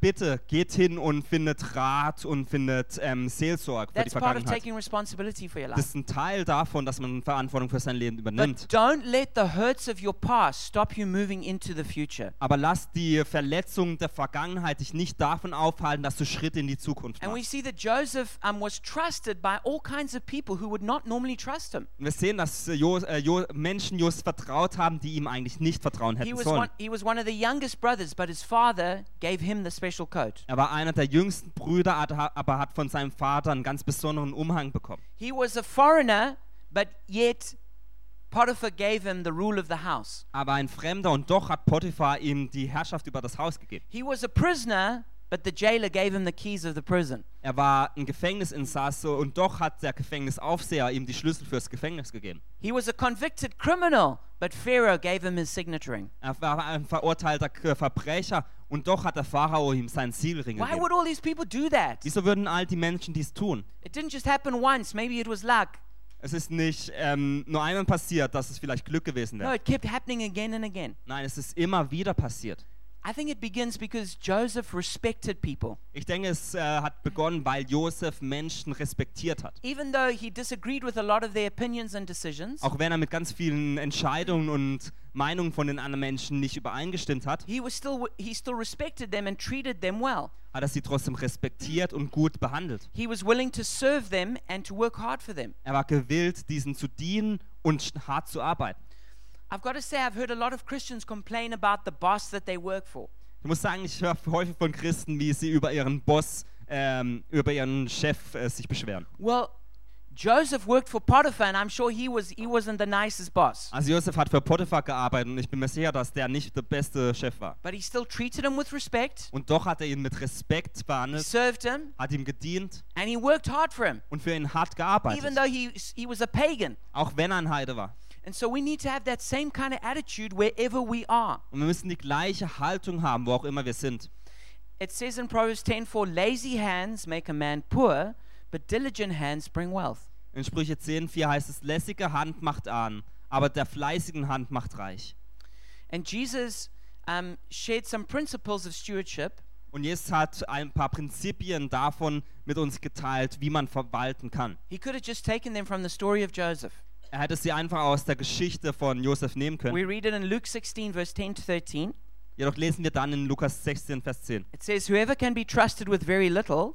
Speaker 2: Bitte geht hin und findet Rat und findet ähm, Seelsorge für die
Speaker 1: That's part of
Speaker 2: Vergangenheit.
Speaker 1: taking responsibility for your
Speaker 2: Das
Speaker 1: life.
Speaker 2: ist ein Teil davon, dass man Verantwortung für sein Leben
Speaker 1: But
Speaker 2: übernimmt.
Speaker 1: don't let the hurts of your past stop you moving into the future.
Speaker 2: Aber lass die Verletzungen der Vergangenheit dich nicht davon aufhalten, dass du Schritte in die Zukunft
Speaker 1: And we
Speaker 2: machst.
Speaker 1: see that Joseph um, was trusted by all kinds of people who would not normally trust him.
Speaker 2: Und wir sehen, dass äh, jo äh, jo Menschen Josef vertraut haben, die ihm eigentlich nicht vertrauen
Speaker 1: He
Speaker 2: hätten
Speaker 1: was,
Speaker 2: sollen.
Speaker 1: one, he was one of the youngest brothers, but his father gave him the special coat.
Speaker 2: Er war einer der jüngsten Brüder, hat- ha- aber hat von seinem Vater einen ganz besonderen Umhang bekommen.
Speaker 1: He was a foreigner, but yet Potiphar gave him the rule of the house.
Speaker 2: Aber ein Fremder und doch hat Potiphar ihm die Herrschaft über das Haus gegeben.
Speaker 1: He was a prisoner, but the jailer gave him the keys of the prison.
Speaker 2: Er war ein Gefängnisinsasse und doch hat der Gefängnisaufseher ihm die Schlüssel fürs Gefängnis gegeben.
Speaker 1: He was a convicted criminal, but Pharaoh gave him his signet ring.
Speaker 2: Er war ein verurteilter K- Verbrecher und doch hat der Pharao ihm seinen Siegelring
Speaker 1: Why
Speaker 2: gegeben.
Speaker 1: would all these people do that?
Speaker 2: Wieso würden all die Menschen dies tun?
Speaker 1: It didn't just happen once, maybe it was luck.
Speaker 2: Es ist nicht ähm, nur einmal passiert, dass es vielleicht Glück gewesen
Speaker 1: No,
Speaker 2: wäre.
Speaker 1: it kept happening again and again.
Speaker 2: Nein, es ist immer wieder passiert.
Speaker 1: I think it begins because Joseph respected people.
Speaker 2: Ich denke, es äh, hat begonnen, weil Josef Menschen respektiert hat.
Speaker 1: Even though he disagreed with a lot of their opinions and decisions,
Speaker 2: Auch wenn er mit ganz vielen Entscheidungen und Meinungen von den anderen Menschen nicht übereingestimmt hat,
Speaker 1: he was still he still respected them and treated them well.
Speaker 2: hat er sie trotzdem respektiert und gut behandelt.
Speaker 1: He was willing to serve them and to work hard for them.
Speaker 2: Er war gewillt, diesen zu dienen und sch- hart zu arbeiten.
Speaker 1: I've got to say I've heard a lot of Christians complain about the boss that they work for.
Speaker 2: Ich muss sagen, ich höre häufig von Christen, wie sie über ihren Boss, ähm, über ihren Chef äh, sich beschweren.
Speaker 1: Well, Joseph worked for Potiphar and I'm sure he was he wasn't the nicest boss,
Speaker 2: Also Josef hat für Potiphar gearbeitet und ich bin mir sicher, dass der nicht der beste Chef war.
Speaker 1: but he still treated him with respect,
Speaker 2: Und doch hat er ihn mit Respekt
Speaker 1: he
Speaker 2: behandelt,
Speaker 1: served him,
Speaker 2: hat ihm gedient
Speaker 1: and he worked hard for him,
Speaker 2: und für ihn hart
Speaker 1: even
Speaker 2: gearbeitet,
Speaker 1: though he he was a pagan.
Speaker 2: auch wenn er ein Heide war.
Speaker 1: And so we need to have that same kind of attitude wherever we are.
Speaker 2: Und wir müssen die gleiche Haltung haben, wo auch immer wir sind.
Speaker 1: It says in Proverbs 10 For lazy hands make a man poor, but diligent hands bring wealth.
Speaker 2: In Sprüche 10, 4 heißt es, lässige Hand macht arm, aber der fleißigen Hand macht reich.
Speaker 1: And Jesus um, shared some principles of stewardship,
Speaker 2: Und Jesus hat ein paar Prinzipien davon mit uns geteilt, wie man verwalten kann.
Speaker 1: he could have just taken them from the story of Joseph.
Speaker 2: Er hätte sie einfach aus der Geschichte von Josef nehmen
Speaker 1: We
Speaker 2: können.
Speaker 1: read it in Luke 16, verse 10 to 13.
Speaker 2: Jedoch lesen wir dann in Lukas 16, Vers 10.
Speaker 1: It says, Whoever can be trusted with very little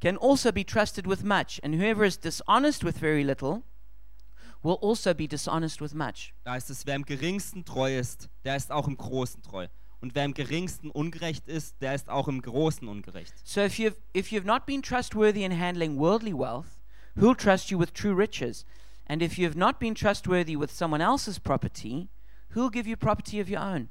Speaker 1: can also be trusted with much, and whoever is dishonest with very little will also be dishonest with much.
Speaker 2: Da heißt es, wer im geringsten treu ist, der ist auch im großen treu. Und wer im geringsten ungerecht ist, der ist auch im großen ungerecht.
Speaker 1: So if you've if you've not been trustworthy in handling worldly wealth, who'll trust you with true riches? And if you've not been trustworthy with someone else's property, who'll give you property of your own?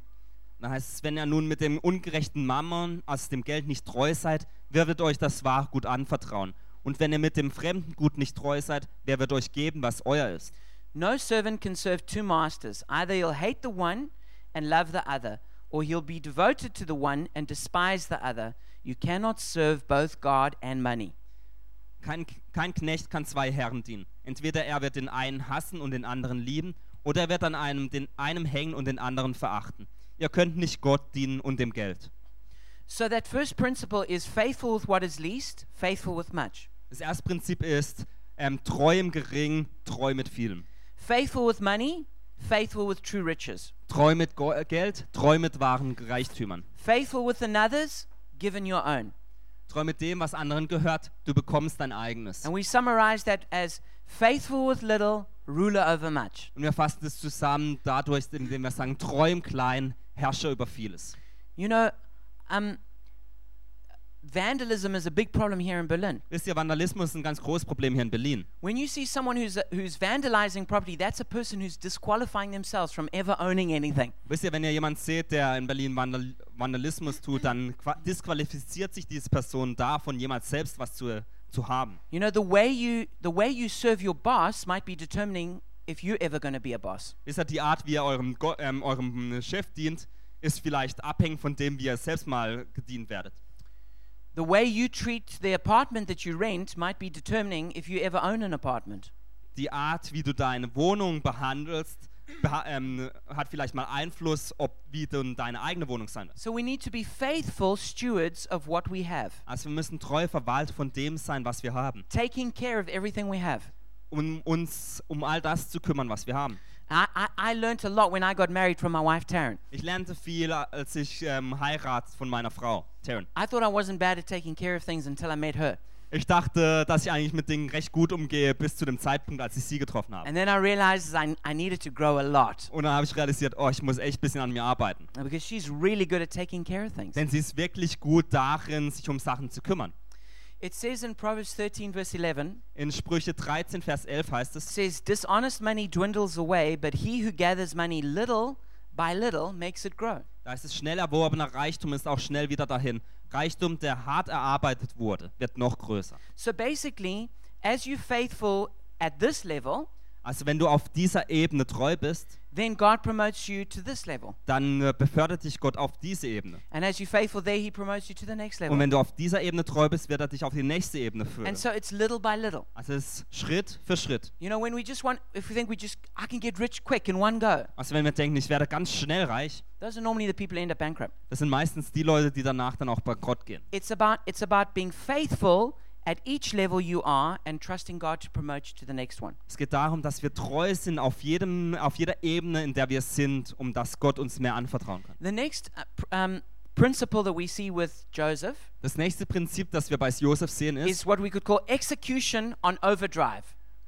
Speaker 2: Da heißt es, wenn ihr nun mit dem ungerechten Mammon, also dem Geld, nicht treu seid, wer wird euch das wahre Gut anvertrauen? Und wenn ihr mit dem fremden Gut nicht treu seid, wer wird euch geben, was euer ist?
Speaker 1: No servant can serve two masters. Either he'll hate the one and love the other, or he'll be devoted to the one and despise the other. You cannot serve both God and money.
Speaker 2: Kein, kein Knecht kann zwei Herren dienen. Entweder er wird den einen hassen und den anderen lieben, oder er wird an einem, den einem hängen und den anderen verachten. Ihr könnt nicht Gott dienen und dem Geld.
Speaker 1: So that first principle is faithful with what is least, faithful with much.
Speaker 2: Das erste Prinzip ist, ähm, treu im Geringen, treu mit vielem.
Speaker 1: Faithful with money, faithful with true riches.
Speaker 2: Treu mit Go äh, Geld, treu mit wahren Reichtümern.
Speaker 1: Faithful with another's, given your own.
Speaker 2: Treu mit dem, was anderen gehört, du bekommst dein eigenes.
Speaker 1: And we summarize that as faithful with little, ruler over much.
Speaker 2: Und wir fassen das zusammen dadurch, indem wir sagen, treu im Kleinen, Herrscher über vieles.
Speaker 1: You know, um, vandalism is a big problem here in Berlin.
Speaker 2: Wisst ihr, Vandalismus ist ein ganz großes Problem hier in Berlin.
Speaker 1: When you see someone who's, who's vandalizing property, that's a person who's disqualifying themselves from ever owning anything.
Speaker 2: Wisst ihr, wenn ihr jemanden seht, der in Berlin Vandal Vandalismus tut, dann qua- disqualifiziert sich diese Person davon, jemals selbst was zu, zu haben.
Speaker 1: You know, the way you, the way you serve your boss might be determining if you're ever going to be a boss.
Speaker 2: Wisst ihr, die Art, wie ihr eurem, Go ähm, eurem Chef dient, ist vielleicht abhängig von dem, wie ihr selbst mal gedient werdet.
Speaker 1: The way you treat the apartment that you rent might be determining if you ever own an apartment.
Speaker 2: Die Art, wie du deine Wohnung behandelst, beha ähm, hat vielleicht mal Einfluss, ob wie denn deine eigene Wohnung sein wird.
Speaker 1: So we need to be faithful stewards of what we have,
Speaker 2: Also wir müssen treu verwaltet von dem sein, was wir haben,
Speaker 1: taking care of everything we have.
Speaker 2: um uns um all das zu kümmern, was wir haben.
Speaker 1: I, I, I learned a lot when I got married from my wife, Taryn.
Speaker 2: Ich lernte viel, als ich ähm, heirat von meiner Frau, Taryn.
Speaker 1: I thought I wasn't bad at taking care of things until I met her.
Speaker 2: Ich dachte, dass ich eigentlich mit Dingen recht gut umgehe, bis zu dem Zeitpunkt, als ich sie getroffen habe.
Speaker 1: And then I realized I, I needed to grow a lot
Speaker 2: Und dann habe ich realisiert, oh, ich muss echt ein bisschen an mir arbeiten.
Speaker 1: uh, because she's really good at taking care of things.
Speaker 2: Denn sie ist wirklich gut darin, sich um Sachen zu kümmern.
Speaker 1: It says in Proverbs 13, verse 11,
Speaker 2: In Sprüche 13, Vers 11 heißt
Speaker 1: it
Speaker 2: es,
Speaker 1: says, Dishonest money dwindles away, but he who gathers money little by little makes it grow.
Speaker 2: da heißt es, schnell erworbener Reichtum ist auch schnell wieder dahin. Reichtum, der hart erarbeitet wurde, wird noch größer.
Speaker 1: So basically, as you're faithful at this level,
Speaker 2: Also wenn du auf dieser Ebene treu bist,
Speaker 1: then God promotes you to this level.
Speaker 2: dann äh, befördert dich Gott auf diese Ebene.
Speaker 1: And as you're faithful there, He promotes you to the next
Speaker 2: Und
Speaker 1: level.
Speaker 2: wenn du auf dieser Ebene treu bist, wird er dich auf die nächste Ebene führen.
Speaker 1: Genau. And so it's little by little.
Speaker 2: Also es ist Schritt für Schritt.
Speaker 1: You know, when we just want, if we think we just, I can get rich quick in one go,
Speaker 2: Also wenn wir denken, ich werde ganz schnell reich,
Speaker 1: those are normally the people who end up bankrupt.
Speaker 2: das sind meistens die Leute, die danach dann auch bankrott gehen.
Speaker 1: It's about, it's about being faithful at each level you are and trusting God to promote you to the next one.
Speaker 2: Es geht darum, dass wir treu sind auf, jedem, auf jeder Ebene, in der wir sind, um dass Gott uns mehr anvertrauen kann.
Speaker 1: The next uh, pr- um, principle that we see with Joseph
Speaker 2: Das nächste Prinzip, das wir bei Josef sehen, ist,
Speaker 1: is what we could call execution on overdrive.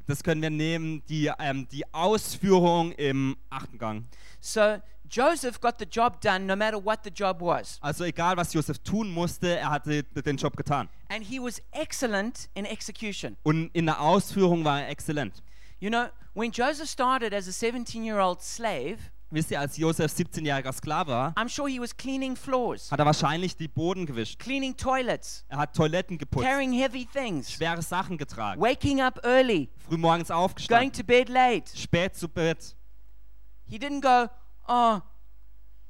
Speaker 2: das können wir nehmen, die, ähm, die Ausführung im achten Gang.
Speaker 1: So Joseph got the job done no matter what the job was.
Speaker 2: Also egal, was Josef tun musste, er hatte den Job getan.
Speaker 1: And he was excellent in execution.
Speaker 2: Und in der Ausführung war er exzellent.
Speaker 1: You know, when Joseph started as a 17 year old slave,
Speaker 2: Wisst ihr, als Josef 17-jähriger Sklave war,
Speaker 1: I'm sure he was cleaning floors,
Speaker 2: hat er wahrscheinlich die Boden gewischt.
Speaker 1: cleaning toilets,
Speaker 2: Er hat Toiletten geputzt,
Speaker 1: carrying heavy things,
Speaker 2: schwere Sachen getragen,
Speaker 1: waking up early,
Speaker 2: frühmorgens
Speaker 1: going
Speaker 2: aufgestanden,
Speaker 1: to bed late.
Speaker 2: spät zu Bett.
Speaker 1: He didn't go, oh,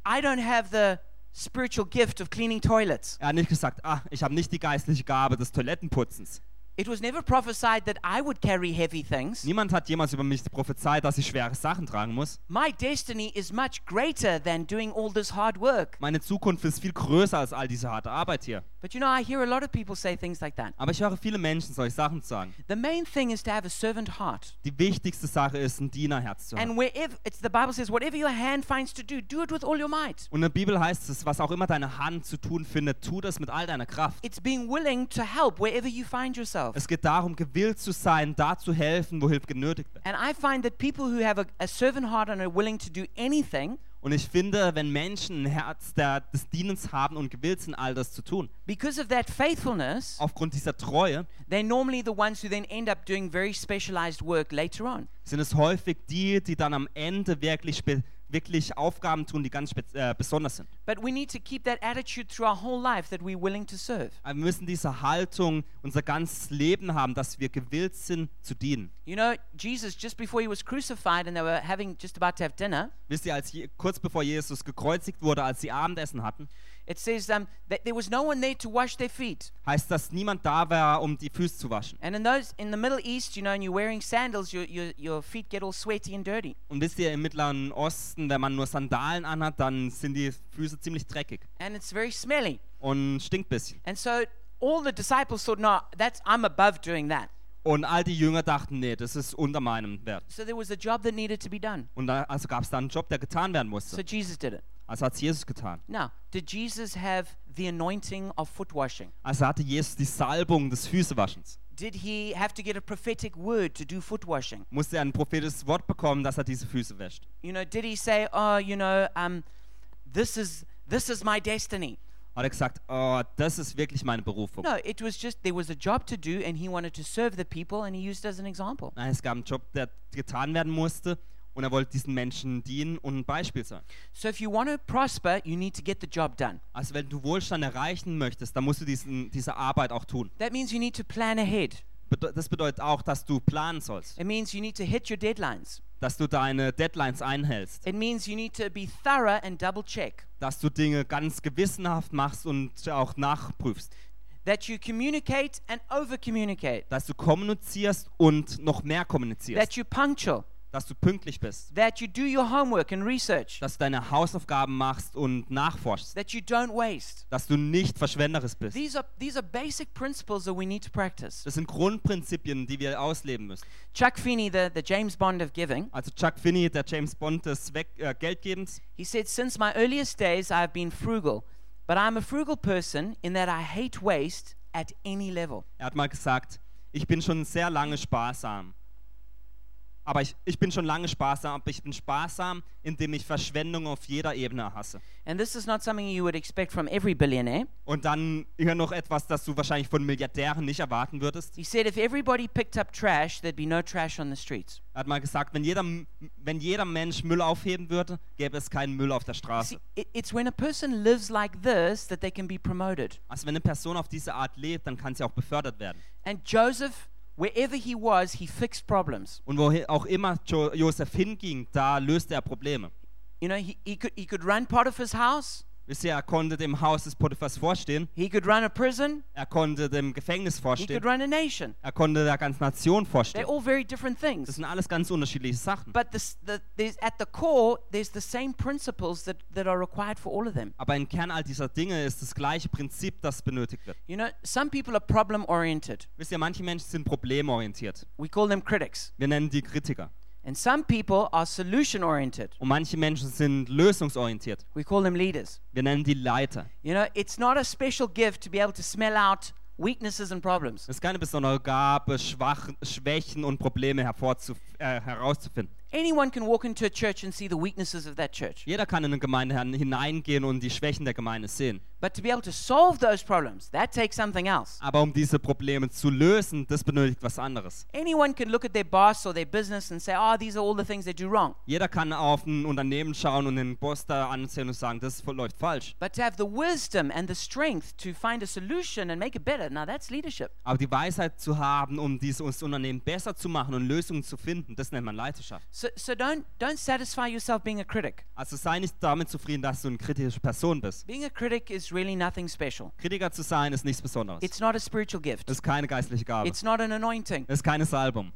Speaker 1: I don't have the spiritual gift of cleaning toilets.
Speaker 2: Er hat nicht gesagt, ah, ich habe nicht die geistliche Gabe des Toilettenputzens.
Speaker 1: It was never prophesied that I would carry heavy things.
Speaker 2: Niemand hat jemals über mich prophezeit, dass ich schwere Sachen tragen muss.
Speaker 1: My destiny is much greater than doing all this hard work.
Speaker 2: Meine Zukunft ist viel größer als all diese harte Arbeit hier.
Speaker 1: But you know, I hear a lot of people say things like that.
Speaker 2: Aber ich höre viele Menschen solche Sachen sagen.
Speaker 1: The main thing is to have a servant heart.
Speaker 2: Die wichtigste Sache ist, ein Dienerherz zu haben.
Speaker 1: And wherever it's the Bible says, whatever your hand finds to do, do it with all your might.
Speaker 2: Und in der Bibel heißt es, was auch immer deine Hand zu tun findet, tu das mit all deiner Kraft.
Speaker 1: It's being willing to help wherever you find yourself.
Speaker 2: Es geht darum, gewillt zu sein, da zu helfen, wo Hilfe genötigt wird.
Speaker 1: And I find that people who have a, a servant heart and are willing to do anything,
Speaker 2: Und ich finde, wenn Menschen ein Herz der, des Dienens haben und gewillt sind, all das zu tun,
Speaker 1: because of that faithfulness,
Speaker 2: aufgrund dieser Treue,
Speaker 1: they're normally the ones who then end up doing very specialized work later on.
Speaker 2: sind es häufig die, die dann am Ende wirklich, spe- wirklich Aufgaben tun, die ganz spez- äh, besonders sind.
Speaker 1: But we need to keep that attitude through our whole life that we're willing to serve.
Speaker 2: Aber wir müssen diese Haltung unser ganzes Leben haben, dass wir gewillt sind, zu dienen.
Speaker 1: You know, Jesus, just before he was crucified and they were having just about to have dinner,
Speaker 2: Wisst ihr, als je, kurz bevor Jesus gekreuzigt wurde, als sie Abendessen hatten,
Speaker 1: it says um, that there was no one there to wash their feet.
Speaker 2: heißt das, niemand da war, um die Füße zu waschen.
Speaker 1: And in those in the Middle East, you know, and you're wearing sandals, your your your feet get all sweaty and dirty.
Speaker 2: Und wisst ihr, im Mittleren Osten, wenn man nur Sandalen anhat, dann sind die Füße ziemlich dreckig
Speaker 1: And it's very smelly.
Speaker 2: und stinkt ein bisschen.
Speaker 1: And so all the disciples thought, no, that's I'm above doing that.
Speaker 2: Und all die Jünger dachten, nee, das ist unter meinem Wert.
Speaker 1: So there was a job that needed to be done.
Speaker 2: Und da, also gab es da einen Job, der getan werden
Speaker 1: So
Speaker 2: musste.
Speaker 1: Jesus did it.
Speaker 2: Also hat Jesus getan.
Speaker 1: Now, did Jesus have the anointing of foot washing?
Speaker 2: Also hatte Jesus die Salbung des Füßewaschens.
Speaker 1: Did he have to get a prophetic word to do foot washing?
Speaker 2: Musste er ein prophetisches Wort bekommen, dass er diese Füße wäscht.
Speaker 1: You know, did he say, oh, you know, um, this is this is my destiny?
Speaker 2: Hat er gesagt, oh, das ist wirklich meine Berufung.
Speaker 1: No, it was just there was a job to do, and he wanted to serve the people, and he used it as an example.
Speaker 2: Nein, es gab einen Job, der getan werden musste. Und er wollte diesen Menschen dienen und ein Beispiel sein.
Speaker 1: So if you want to prosper, you need to get the job done.
Speaker 2: Also wenn du Wohlstand erreichen möchtest, dann musst du diesen, diese Arbeit auch tun.
Speaker 1: That means you need to plan ahead.
Speaker 2: Bede- Das bedeutet auch, dass du planen sollst,
Speaker 1: It means you need to hit your deadlines.
Speaker 2: dass du deine Deadlines einhältst,
Speaker 1: It means you need to be thorough and double check.
Speaker 2: dass du Dinge ganz gewissenhaft machst und auch nachprüfst,
Speaker 1: That you communicate and over communicate.
Speaker 2: dass du kommunizierst und noch mehr kommunizierst,
Speaker 1: That you punctual.
Speaker 2: dass du pünktlich bist,
Speaker 1: That you do your homework and research.
Speaker 2: dass du deine Hausaufgaben machst und nachforschst,
Speaker 1: That you don't waste.
Speaker 2: dass du nicht verschwenderisch bist.
Speaker 1: These are these are basic principles that we need to practice.
Speaker 2: Das sind Grundprinzipien, die wir ausleben müssen.
Speaker 1: Chuck Feeney, the, the James Bond of giving,
Speaker 2: Also Chuck Finney, der James Bond des Weg äh, Geldgebens,
Speaker 1: he said, Since my earliest days I have been frugal, but I'm a frugal person in that I hate waste at any level.
Speaker 2: Er hat mal gesagt, ich bin schon sehr lange sparsam. Aber ich, ich bin schon lange sparsam, aber ich bin sparsam, indem ich Verschwendung auf jeder Ebene hasse.
Speaker 1: And this is not something you would expect from every billionaire.
Speaker 2: Und dann hier noch etwas, das du wahrscheinlich von Milliardären nicht erwarten würdest.
Speaker 1: He said if everybody picked up trash, there'd be no trash on the streets.
Speaker 2: Er hat mal gesagt, wenn jeder, M- wenn jeder Mensch Müll aufheben würde, gäbe es keinen Müll auf der
Speaker 1: See,
Speaker 2: Straße.
Speaker 1: it, it's when a person lives like this that they can be promoted.
Speaker 2: Also wenn eine Person auf diese Art lebt, dann kann sie auch befördert werden.
Speaker 1: And Joseph Wherever he was, he fixed problems.
Speaker 2: Und wohin auch immer jo Josef hinging, da löste er Probleme.
Speaker 1: You know, he, he, could, he could run Potiphar's house,
Speaker 2: Wisst ihr, er konnte dem Haus des Potiphas vorstehen,
Speaker 1: he could run a prison,
Speaker 2: er konnte dem Gefängnis
Speaker 1: he could
Speaker 2: vorstehen,
Speaker 1: run a nation.
Speaker 2: er konnte der ganzen Nation
Speaker 1: They're
Speaker 2: vorstehen.
Speaker 1: all very different
Speaker 2: Das
Speaker 1: things.
Speaker 2: sind alles ganz unterschiedliche Sachen.
Speaker 1: But this, the, there's, at the core, there's the same principles that, that are required for all of them.
Speaker 2: Aber im Kern all dieser Dinge ist das gleiche Prinzip, das benötigt wird.
Speaker 1: You know, some people are problem oriented.
Speaker 2: Wisst ihr, manche Menschen sind problemorientiert.
Speaker 1: We call them critics.
Speaker 2: Wir nennen die Kritiker.
Speaker 1: And some people are solution oriented.
Speaker 2: Und manche Menschen sind lösungsorientiert.
Speaker 1: We call them leaders.
Speaker 2: Wir nennen die Leiter.
Speaker 1: You know, it's not a special gift to be able to smell out weaknesses and problems.
Speaker 2: Es ist keine besondere Gabe, Schwach Schwächen und Probleme hervorzuf äh, herauszufinden.
Speaker 1: Anyone can walk into a church and see the weaknesses of that church.
Speaker 2: Jeder kann in eine Gemeinde hin- hineingehen und die Schwächen der Gemeinde sehen.
Speaker 1: But to be able to solve those problems, that takes something else.
Speaker 2: Aber um diese Probleme zu lösen, das benötigt was anderes.
Speaker 1: Anyone can look at their boss or their business and say, oh, these are all the things they do wrong.
Speaker 2: Jeder kann auf ein Unternehmen schauen und den Boss da ansehen und sagen, das läuft falsch.
Speaker 1: But to have the wisdom and the strength to find a solution and make it better, now that's leadership.
Speaker 2: Aber die Weisheit zu haben, um dieses Unternehmen besser zu machen und Lösungen zu finden, das nennt man Leiterschaft.
Speaker 1: So, so don't, don't satisfy yourself being a critic.
Speaker 2: Also sei nicht damit zufrieden, dass du eine kritische Person bist.
Speaker 1: Being a critic is really nothing special.
Speaker 2: Kritiker zu sein ist nichts Besonderes.
Speaker 1: It's not a spiritual gift.
Speaker 2: Das ist keine geistliche Gabe.
Speaker 1: It's not an anointing.
Speaker 2: Das ist keine Salbung.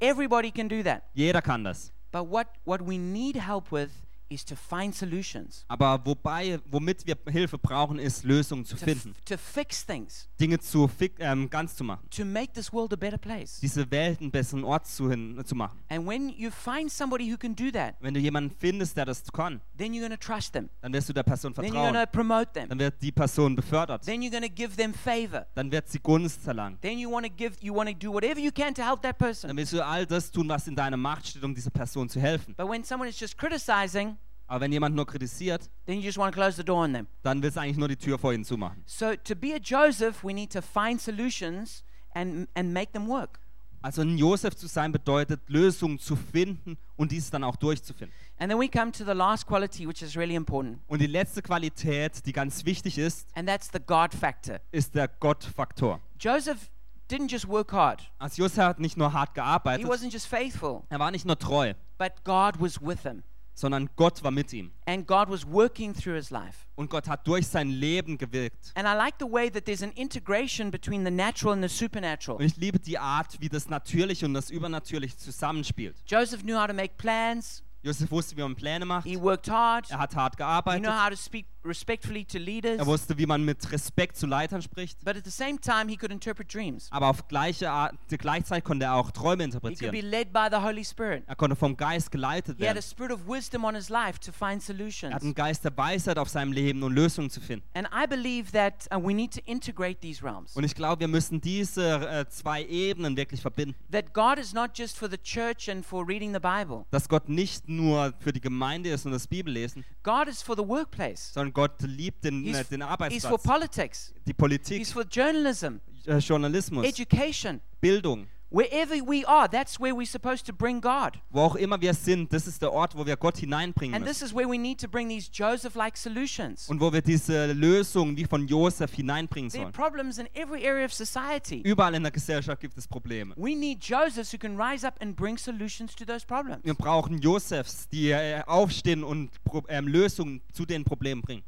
Speaker 1: Everybody can do that.
Speaker 2: Jeder kann das.
Speaker 1: But what, what we need help with is to find solutions,
Speaker 2: Aber wobei, womit wir Hilfe brauchen, ist Lösungen zu
Speaker 1: to, f-
Speaker 2: finden,
Speaker 1: to fix things,
Speaker 2: Dinge zu fi- ähm, ganz zu machen,
Speaker 1: to make this world a better place.
Speaker 2: diese Welt einen besseren Ort zu, hin, zu machen.
Speaker 1: And when you find somebody who can do that,
Speaker 2: Wenn du jemanden findest, der das kann,
Speaker 1: then you're going to trust them.
Speaker 2: dann wirst du der Person
Speaker 1: Then you're going
Speaker 2: vertrauen.
Speaker 1: to promote them.
Speaker 2: Dann wird die Person befördert.
Speaker 1: Then you're going to give them favor.
Speaker 2: Dann wird sie Gunst verlangen.
Speaker 1: Then you want to give, you want to do whatever you can to help that
Speaker 2: Dann
Speaker 1: person.
Speaker 2: willst du all das tun, was in deiner Macht steht, um dieser Person zu helfen.
Speaker 1: But when someone is just criticizing,
Speaker 2: Aber wenn jemand nur kritisiert,
Speaker 1: then you just want to close the door on them.
Speaker 2: dann willst du eigentlich nur die Tür vor ihnen zumachen.
Speaker 1: So to be a Joseph, we need to find solutions and, and make them work.
Speaker 2: Also ein Josef zu sein bedeutet, Lösungen zu finden und diese dann auch durchzufinden.
Speaker 1: And then we come to the last quality, which is really important,
Speaker 2: Und die letzte Qualität, die ganz wichtig ist,
Speaker 1: and that's the God factor.
Speaker 2: ist der Gottfaktor.
Speaker 1: Joseph didn't just work hard,
Speaker 2: Also Josef hat nicht nur hart
Speaker 1: he
Speaker 2: gearbeitet,
Speaker 1: wasn't just faithful,
Speaker 2: er war nicht nur treu,
Speaker 1: but God was with him,
Speaker 2: sondern Gott war mit ihm.
Speaker 1: and God was working through his life.
Speaker 2: Und Gott hat durch sein Leben gewirkt.
Speaker 1: And I like the way that there's an integration between the natural and the
Speaker 2: Und
Speaker 1: supernatural.
Speaker 2: ich liebe die Art, wie das Natürliche und das Übernatürliche zusammenspielt.
Speaker 1: Joseph knew how to make plans,
Speaker 2: Josef wusste, wie man Pläne macht.
Speaker 1: he worked hard,
Speaker 2: Er hat hart
Speaker 1: he knew
Speaker 2: gearbeitet.
Speaker 1: how to speak respectfully to leaders,
Speaker 2: Er wusste, wie man mit Respekt zu Leitern spricht.
Speaker 1: but at the same time, he could interpret dreams.
Speaker 2: Aber auf gleiche Art, gleichzeitig konnte er auch Träume
Speaker 1: He could be
Speaker 2: interpretieren.
Speaker 1: led by the Holy Spirit.
Speaker 2: Er konnte vom Geist geleitet
Speaker 1: He had
Speaker 2: werden.
Speaker 1: a spirit of wisdom on his life to find
Speaker 2: Er hat einen
Speaker 1: solutions.
Speaker 2: Geist der Weisheit auf seinem Leben und Lösungen zu finden.
Speaker 1: And I believe that uh, we need to integrate these realms.
Speaker 2: Und ich glaube, wir müssen diese äh, zwei Ebenen wirklich verbinden.
Speaker 1: That God is not just for the church and for reading the Bible,
Speaker 2: Dass Gott nicht nur für die Gemeinde ist und das Bibellesen,
Speaker 1: God is for the workplace.
Speaker 2: sondern Gott liebt den,
Speaker 1: He's,
Speaker 2: äh, den
Speaker 1: he's for
Speaker 2: Arbeitsplatz,
Speaker 1: politics,
Speaker 2: die Politik,
Speaker 1: He's for journalism,
Speaker 2: äh, Journalismus,
Speaker 1: education.
Speaker 2: Bildung.
Speaker 1: Wherever we are, that's where we're supposed to bring God.
Speaker 2: Wo auch immer wir sind, das ist der Ort, wo wir Gott hineinbringen
Speaker 1: And
Speaker 2: müssen.
Speaker 1: this is where we need to bring these Joseph like solutions.
Speaker 2: Und wo wir diese Lösung wie von Josef hineinbringen
Speaker 1: There are
Speaker 2: sollen.
Speaker 1: problems in every area of society.
Speaker 2: Überall in der Gesellschaft gibt es Probleme.
Speaker 1: We need Josephs who can rise up and bring solutions to those problems.
Speaker 2: Wir brauchen Josefs, die äh, aufstehen und Pro ähm, Lösungen zu den Problemen bringen.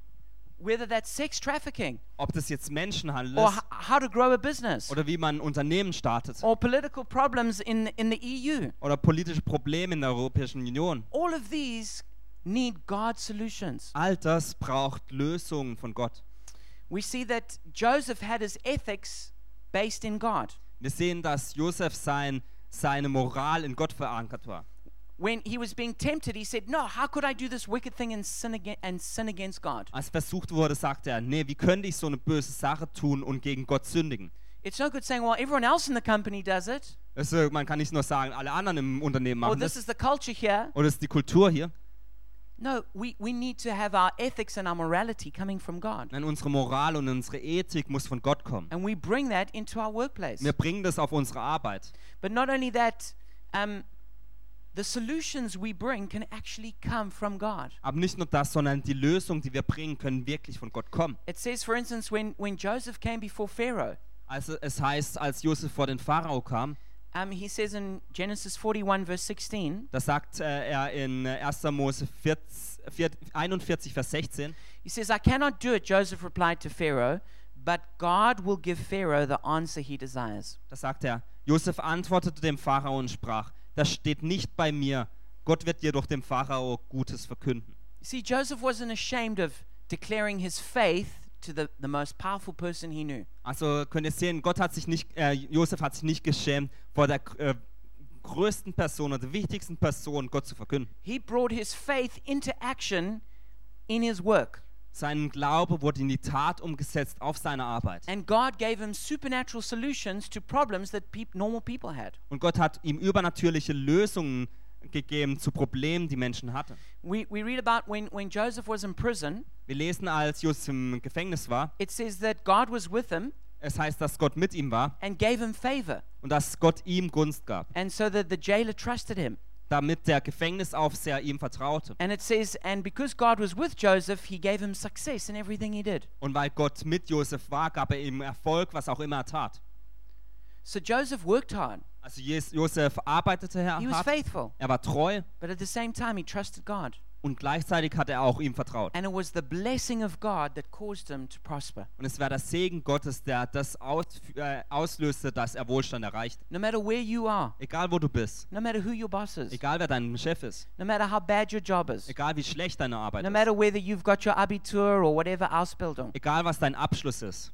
Speaker 1: Whether that's sex trafficking,
Speaker 2: Ob das jetzt Menschenhandel
Speaker 1: or
Speaker 2: ist
Speaker 1: h- how to grow a business
Speaker 2: oder wie man ein Unternehmen startet
Speaker 1: or political problems in, in the E EU.
Speaker 2: oder politische Probleme in der Europäischen Union.
Speaker 1: All of these need God's solutions.
Speaker 2: All das braucht Lösungen von Gott.
Speaker 1: We see that Joseph had his ethics based in God.
Speaker 2: Wir sehen, dass Josef sein, seine Moral in Gott verankert war.
Speaker 1: When he was being tempted, he said, No, how could I do this wicked thing and sin, aga- and sin against God?
Speaker 2: Als versucht wurde, sagte er, nee, wie könnte ich so eine böse Sache tun und gegen Gott sündigen?
Speaker 1: It's no good saying, Well, everyone else in the company does it,
Speaker 2: Also, man kann nicht nur sagen, alle anderen im Unternehmen
Speaker 1: or
Speaker 2: machen
Speaker 1: this
Speaker 2: das.
Speaker 1: is the culture here.
Speaker 2: Oder ist die Kultur hier?
Speaker 1: No, we, we need to have our ethics and our morality coming from God.
Speaker 2: Nein, unsere Moral und unsere Ethik muss von Gott kommen.
Speaker 1: And we bring that into our workplace.
Speaker 2: Wir bringen das auf unsere Arbeit.
Speaker 1: But not only that, um, the solutions we bring can actually come from God.
Speaker 2: Aber nicht nur das, sondern die Lösung, die wir bringen, können wirklich von Gott kommen.
Speaker 1: It says, for instance, when, when Joseph came before Pharaoh,
Speaker 2: Also es heißt, als Josef vor den Pharao kam,
Speaker 1: Um, he says in Genesis 41, verse 16,
Speaker 2: das sagt äh, er in äh, 1. Mose 40, 40, 41, Vers 16,
Speaker 1: he says, I cannot do it, Joseph replied to Pharaoh, but God will give Pharaoh the answer he desires.
Speaker 2: da sagt er, Josef antwortete dem Pharao und sprach, das steht nicht bei mir, Gott wird dir durch den Pharao Gutes verkünden.
Speaker 1: You see, Joseph wasn't ashamed of declaring his faith to the, the most powerful person he knew.
Speaker 2: Also könnt ihr sehen, Gott hat sich nicht, äh, Josef hat sich nicht geschämt, vor der äh, größten Person oder der wichtigsten Person Gott zu verkünden.
Speaker 1: He brought his faith into action in his work.
Speaker 2: Sein Glaube wurde in die Tat umgesetzt auf seine Arbeit.
Speaker 1: And God gave him supernatural solutions to problems that peop normal people had.
Speaker 2: Und Gott hat ihm übernatürliche Lösungen gegeben zu Problemen, die Menschen hatten.
Speaker 1: We, we read about when, when Joseph was in prison,
Speaker 2: Wir lesen, als Josef im Gefängnis war,
Speaker 1: it says that God was with him
Speaker 2: es heißt, dass Gott mit ihm war
Speaker 1: and gave him favor.
Speaker 2: und dass Gott ihm Gunst gab,
Speaker 1: And so that the jailer trusted him.
Speaker 2: damit der Gefängnisaufseher ihm vertraute.
Speaker 1: And it says, and because God was with Joseph, he gave him success in everything he did.
Speaker 2: Und weil Gott mit Josef war, gab er ihm Erfolg, was auch immer er tat.
Speaker 1: So Joseph worked hard.
Speaker 2: Also Jes- Josef arbeitete her
Speaker 1: He was
Speaker 2: hart,
Speaker 1: faithful.
Speaker 2: er war treu
Speaker 1: But at the same time, he trusted God.
Speaker 2: und gleichzeitig hat er auch ihm vertraut.
Speaker 1: And it was the blessing of God that caused him to prosper.
Speaker 2: Und es war der Segen Gottes, der das aus, äh, auslöste, dass er Wohlstand erreichte.
Speaker 1: No matter where you are,
Speaker 2: Egal wo du bist,
Speaker 1: no matter who your boss is,
Speaker 2: egal wer dein Chef ist,
Speaker 1: no matter how bad your job is,
Speaker 2: Egal wie schlecht deine Arbeit
Speaker 1: no
Speaker 2: ist.
Speaker 1: matter whether you've got your Abitur or whatever Ausbildung,
Speaker 2: Egal was dein Abschluss ist.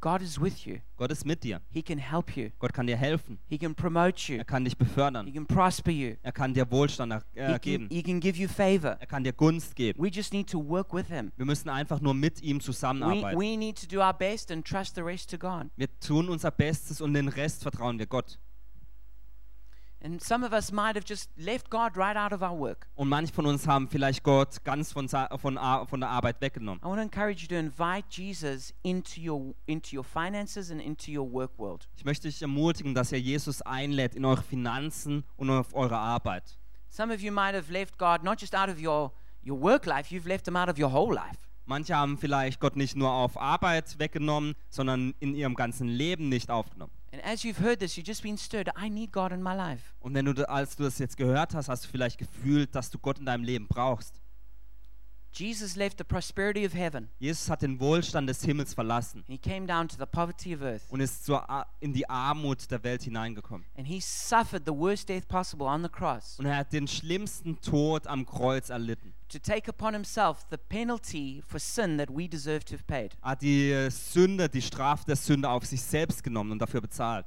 Speaker 1: God is with you.
Speaker 2: Gott ist mit dir.
Speaker 1: He can help you.
Speaker 2: Gott kann dir helfen.
Speaker 1: He can promote
Speaker 2: Er
Speaker 1: you.
Speaker 2: kann dich
Speaker 1: He
Speaker 2: befördern.
Speaker 1: can prosper you.
Speaker 2: Er kann dir Wohlstand er,
Speaker 1: He
Speaker 2: äh,
Speaker 1: can,
Speaker 2: geben.
Speaker 1: he can give you favor.
Speaker 2: Er kann dir Gunst geben.
Speaker 1: We just need to work with Him.
Speaker 2: Wir müssen einfach nur mit ihm
Speaker 1: We,
Speaker 2: zusammenarbeiten.
Speaker 1: we need to do our best and trust the rest to God.
Speaker 2: Wir tun unser Bestes und den Rest vertrauen wir Gott.
Speaker 1: And some of us might have just left God right out of our work.
Speaker 2: Und manche von uns haben vielleicht Gott ganz von, sa- von, Ar- von der Arbeit weggenommen.
Speaker 1: I want to encourage you to invite Jesus into your into your finances and into your work world.
Speaker 2: Ich möchte dich ermutigen, dass ihr Jesus einlädt in eure Finanzen und auf eure Arbeit.
Speaker 1: Some of you might have left God not just out of your your work life, you've left him out of your whole life.
Speaker 2: Manche haben vielleicht Gott nicht nur auf Arbeit weggenommen, sondern in ihrem ganzen Leben nicht aufgenommen.
Speaker 1: And as you've heard this, you've just been stirred. I need God in my life.
Speaker 2: Und wenn du, da- als du das jetzt gehört hast, hast du vielleicht gefühlt, dass du Gott in deinem Leben brauchst.
Speaker 1: Jesus left the prosperity of heaven.
Speaker 2: Jesus hat den Wohlstand des Himmels verlassen
Speaker 1: He came down to the poverty of earth.
Speaker 2: und ist zur Ar- in die Armut der Welt hineingekommen.
Speaker 1: And he suffered the worst death possible on the cross
Speaker 2: Und er hat den schlimmsten Tod am Kreuz erlitten.
Speaker 1: to take upon himself the penalty for sin that we deserve to have paid.
Speaker 2: Er hat die Sünde, die Strafe der Sünde auf sich selbst genommen und dafür bezahlt.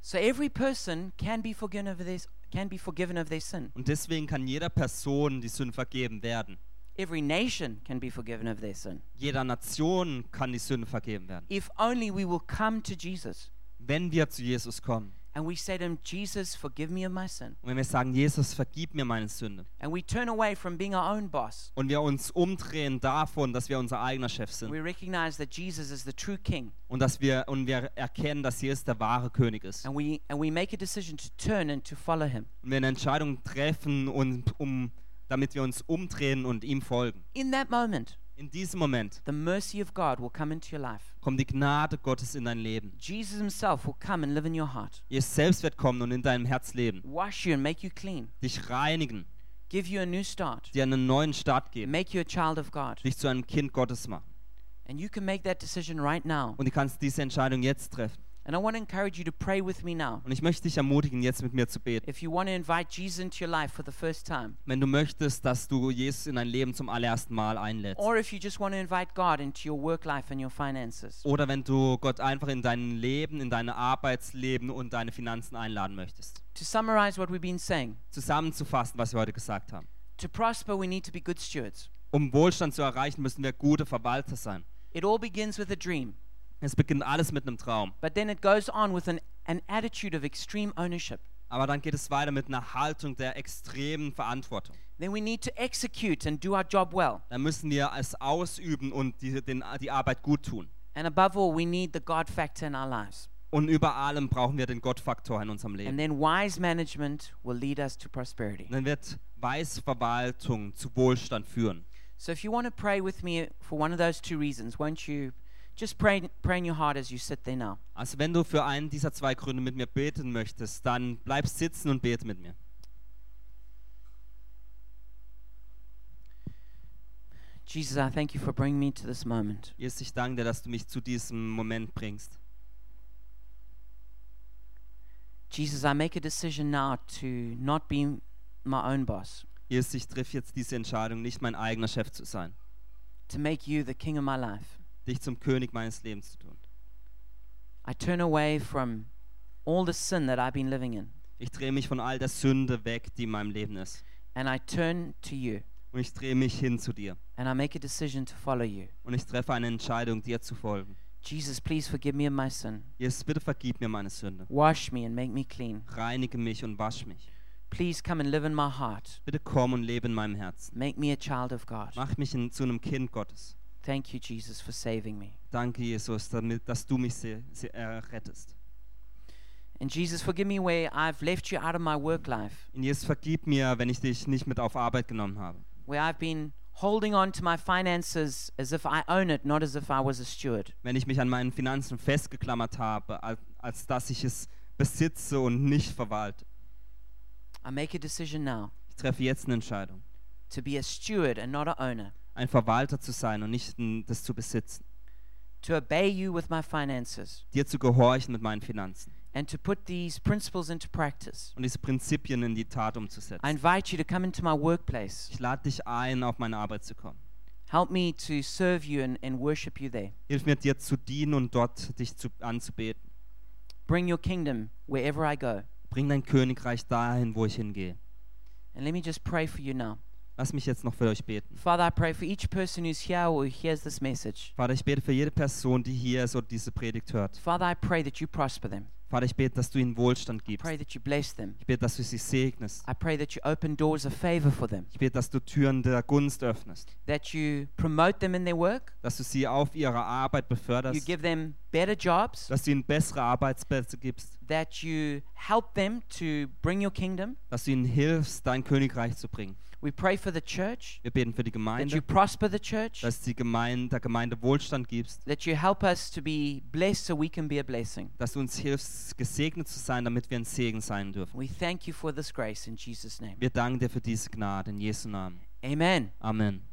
Speaker 1: So every person can be forgiven of their, can be forgiven of their sin.
Speaker 2: Und deswegen kann jeder Person die Sünde vergeben werden.
Speaker 1: Every nation can be forgiven of their sin.
Speaker 2: Jeder Nation kann die Sünde vergeben werden.
Speaker 1: If only we will come to Jesus
Speaker 2: Wenn wir zu Jesus kommen
Speaker 1: and we say to him, Jesus, forgive me of my sin.
Speaker 2: und wenn wir sagen, Jesus, vergib mir meine Sünde.
Speaker 1: And we turn away from being our own boss.
Speaker 2: Und wir uns umdrehen davon, dass wir unser eigener Chef sind.
Speaker 1: We recognize that Jesus is the true king.
Speaker 2: und dass wir und wir erkennen, dass Jesus der wahre König ist.
Speaker 1: And we, and we make a decision to turn and to follow him.
Speaker 2: Und wir eine Entscheidung treffen und um damit wir uns umdrehen und ihm folgen.
Speaker 1: In that moment,
Speaker 2: In diesem Moment
Speaker 1: the mercy of God will come into your life.
Speaker 2: kommt die Gnade Gottes in dein Leben.
Speaker 1: Jesus himself will come and live in your heart,
Speaker 2: Jesus selbst wird kommen und in deinem Herz leben,
Speaker 1: wash you and make you clean,
Speaker 2: dich reinigen,
Speaker 1: give you a new start,
Speaker 2: dir einen neuen Start geben,
Speaker 1: make you a child of God.
Speaker 2: dich zu einem Kind Gottes machen.
Speaker 1: And you can make that decision right now.
Speaker 2: Und du kannst diese Entscheidung jetzt treffen.
Speaker 1: And I want to encourage you to pray with me now.
Speaker 2: Und ich möchte dich ermutigen, jetzt mit mir zu beten.
Speaker 1: If you want to invite Jesus into your life for the first time,
Speaker 2: Wenn du möchtest, dass du Jesus in dein Leben zum allerersten Mal einlädst.
Speaker 1: or if you just want to invite God into your work life and your finances,
Speaker 2: Oder wenn du Gott einfach in dein Leben, in dein Arbeitsleben und deine Finanzen einladen möchtest.
Speaker 1: to summarize what we've been saying,
Speaker 2: Zusammenzufassen, was wir heute gesagt haben.
Speaker 1: to prosper, we need to be good stewards.
Speaker 2: Um Wohlstand zu erreichen, müssen wir gute Verwalter sein.
Speaker 1: It all begins with a dream,
Speaker 2: Es beginnt alles mit einem Traum.
Speaker 1: but then it goes on with an, an attitude of extreme ownership.
Speaker 2: Aber dann geht es weiter mit einer Haltung der extremen Verantwortung.
Speaker 1: Then we need to execute and do our job well.
Speaker 2: Dann müssen wir es ausüben und die, den, die Arbeit gut tun.
Speaker 1: And above all, we need the God factor in our lives.
Speaker 2: Und über allem brauchen wir den Gottfaktor in unserem
Speaker 1: And
Speaker 2: Leben.
Speaker 1: then wise management will lead us to prosperity.
Speaker 2: Und dann wird Weißverwaltung zu Wohlstand führen.
Speaker 1: So if you want to pray with me for one of those two reasons, won't you Just pray, pray in your heart as you sit there now.
Speaker 2: Also wenn du für einen dieser zwei Gründe mit mir beten möchtest, dann bleib sitzen und bete mit mir.
Speaker 1: Jesus, I thank you for bringing me to this moment.
Speaker 2: Jesus, ich danke dir, dass du mich zu diesem Moment bringst.
Speaker 1: Jesus, I make a decision now to not be my own boss,
Speaker 2: Jesus, ich triff jetzt diese Entscheidung, nicht mein eigener Chef zu sein,
Speaker 1: to make you the king of my life.
Speaker 2: dich zum König meines Lebens zu tun.
Speaker 1: I turn away from all the sin that I've been living in,
Speaker 2: Ich drehe mich von all der Sünde weg, die in meinem Leben ist.
Speaker 1: and I turn to you,
Speaker 2: Und ich drehe mich hin zu dir.
Speaker 1: and I make a decision to follow you.
Speaker 2: Und ich treffe eine Entscheidung, dir zu folgen.
Speaker 1: Jesus, please forgive me of my sin.
Speaker 2: Jesus, bitte vergib mir meine Sünde.
Speaker 1: Wash me and make me clean.
Speaker 2: Reinige mich und wasch mich.
Speaker 1: Please come and live in my heart.
Speaker 2: Bitte komm und lebe in meinem Herzen.
Speaker 1: Make me a child of God.
Speaker 2: Mach mich in, zu einem Kind Gottes.
Speaker 1: Thank you, Jesus, for saving me.
Speaker 2: Danke, Jesus, damit, dass du mich se, se, äh, rettest.
Speaker 1: And Jesus, forgive me where I've left you out of my work life,
Speaker 2: Und Jesus, vergib mir, wenn ich dich nicht mit auf Arbeit genommen habe.
Speaker 1: where I've been holding on to my finances as if I own it, not as if I was a steward.
Speaker 2: wenn ich mich an meinen Finanzen festgeklammert habe, als, als dass ich es besitze und nicht verwalte.
Speaker 1: I make a decision now
Speaker 2: Ich treffe jetzt eine Entscheidung,
Speaker 1: to be a steward and not an owner,
Speaker 2: ein Verwalter zu sein und nicht ein, das zu besitzen,
Speaker 1: to obey you with my finances,
Speaker 2: dir zu gehorchen mit meinen Finanzen
Speaker 1: and to put these principles into practice.
Speaker 2: und diese Prinzipien in die Tat
Speaker 1: I
Speaker 2: umzusetzen.
Speaker 1: invite you to come into my workplace.
Speaker 2: Ich lade dich ein, auf meine Arbeit zu kommen.
Speaker 1: Help me to serve you and, and worship you there.
Speaker 2: Hilf mir, dir zu dienen und dort dich zu, anzubeten.
Speaker 1: Bring your kingdom wherever I go.
Speaker 2: Bring dein Königreich dahin, wo ich hingehe.
Speaker 1: And let me just pray for you now.
Speaker 2: Lass mich jetzt noch für euch beten.
Speaker 1: Father, I pray for each person who's here or who hears this message.
Speaker 2: Vater, ich bete für jede Person, die hier ist und diese Predigt hört.
Speaker 1: Father, I pray that you prosper them.
Speaker 2: Vater, ich bete, dass du ihnen Wohlstand gibst.
Speaker 1: Pray that you bless them.
Speaker 2: Ich bete, dass du sie segnest.
Speaker 1: I pray that you open doors of favor for them,
Speaker 2: Ich bete, dass du Türen der Gunst öffnest,
Speaker 1: that you promote them in their work,
Speaker 2: dass du sie auf ihrer Arbeit
Speaker 1: you
Speaker 2: beförderst,
Speaker 1: give them better jobs,
Speaker 2: dass du ihnen bessere Arbeitsplätze gibst,
Speaker 1: that you help them to bring your kingdom.
Speaker 2: dass du ihnen hilfst, dein Königreich zu bringen.
Speaker 1: We pray for the church,
Speaker 2: Wir beten für die
Speaker 1: that you
Speaker 2: Gemeinde,
Speaker 1: prosper the church,
Speaker 2: dass die Gemeinde, der Gemeinde Wohlstand gibst,
Speaker 1: that you help us to be blessed so we can be a blessing.
Speaker 2: dass du uns hilfst, gesegnet zu sein, damit wir ein Segen sein dürfen.
Speaker 1: We thank you for this grace in Jesus' name.
Speaker 2: Wir danken dir für diese Gnade in Jesu Namen.
Speaker 1: Amen.
Speaker 2: Amen.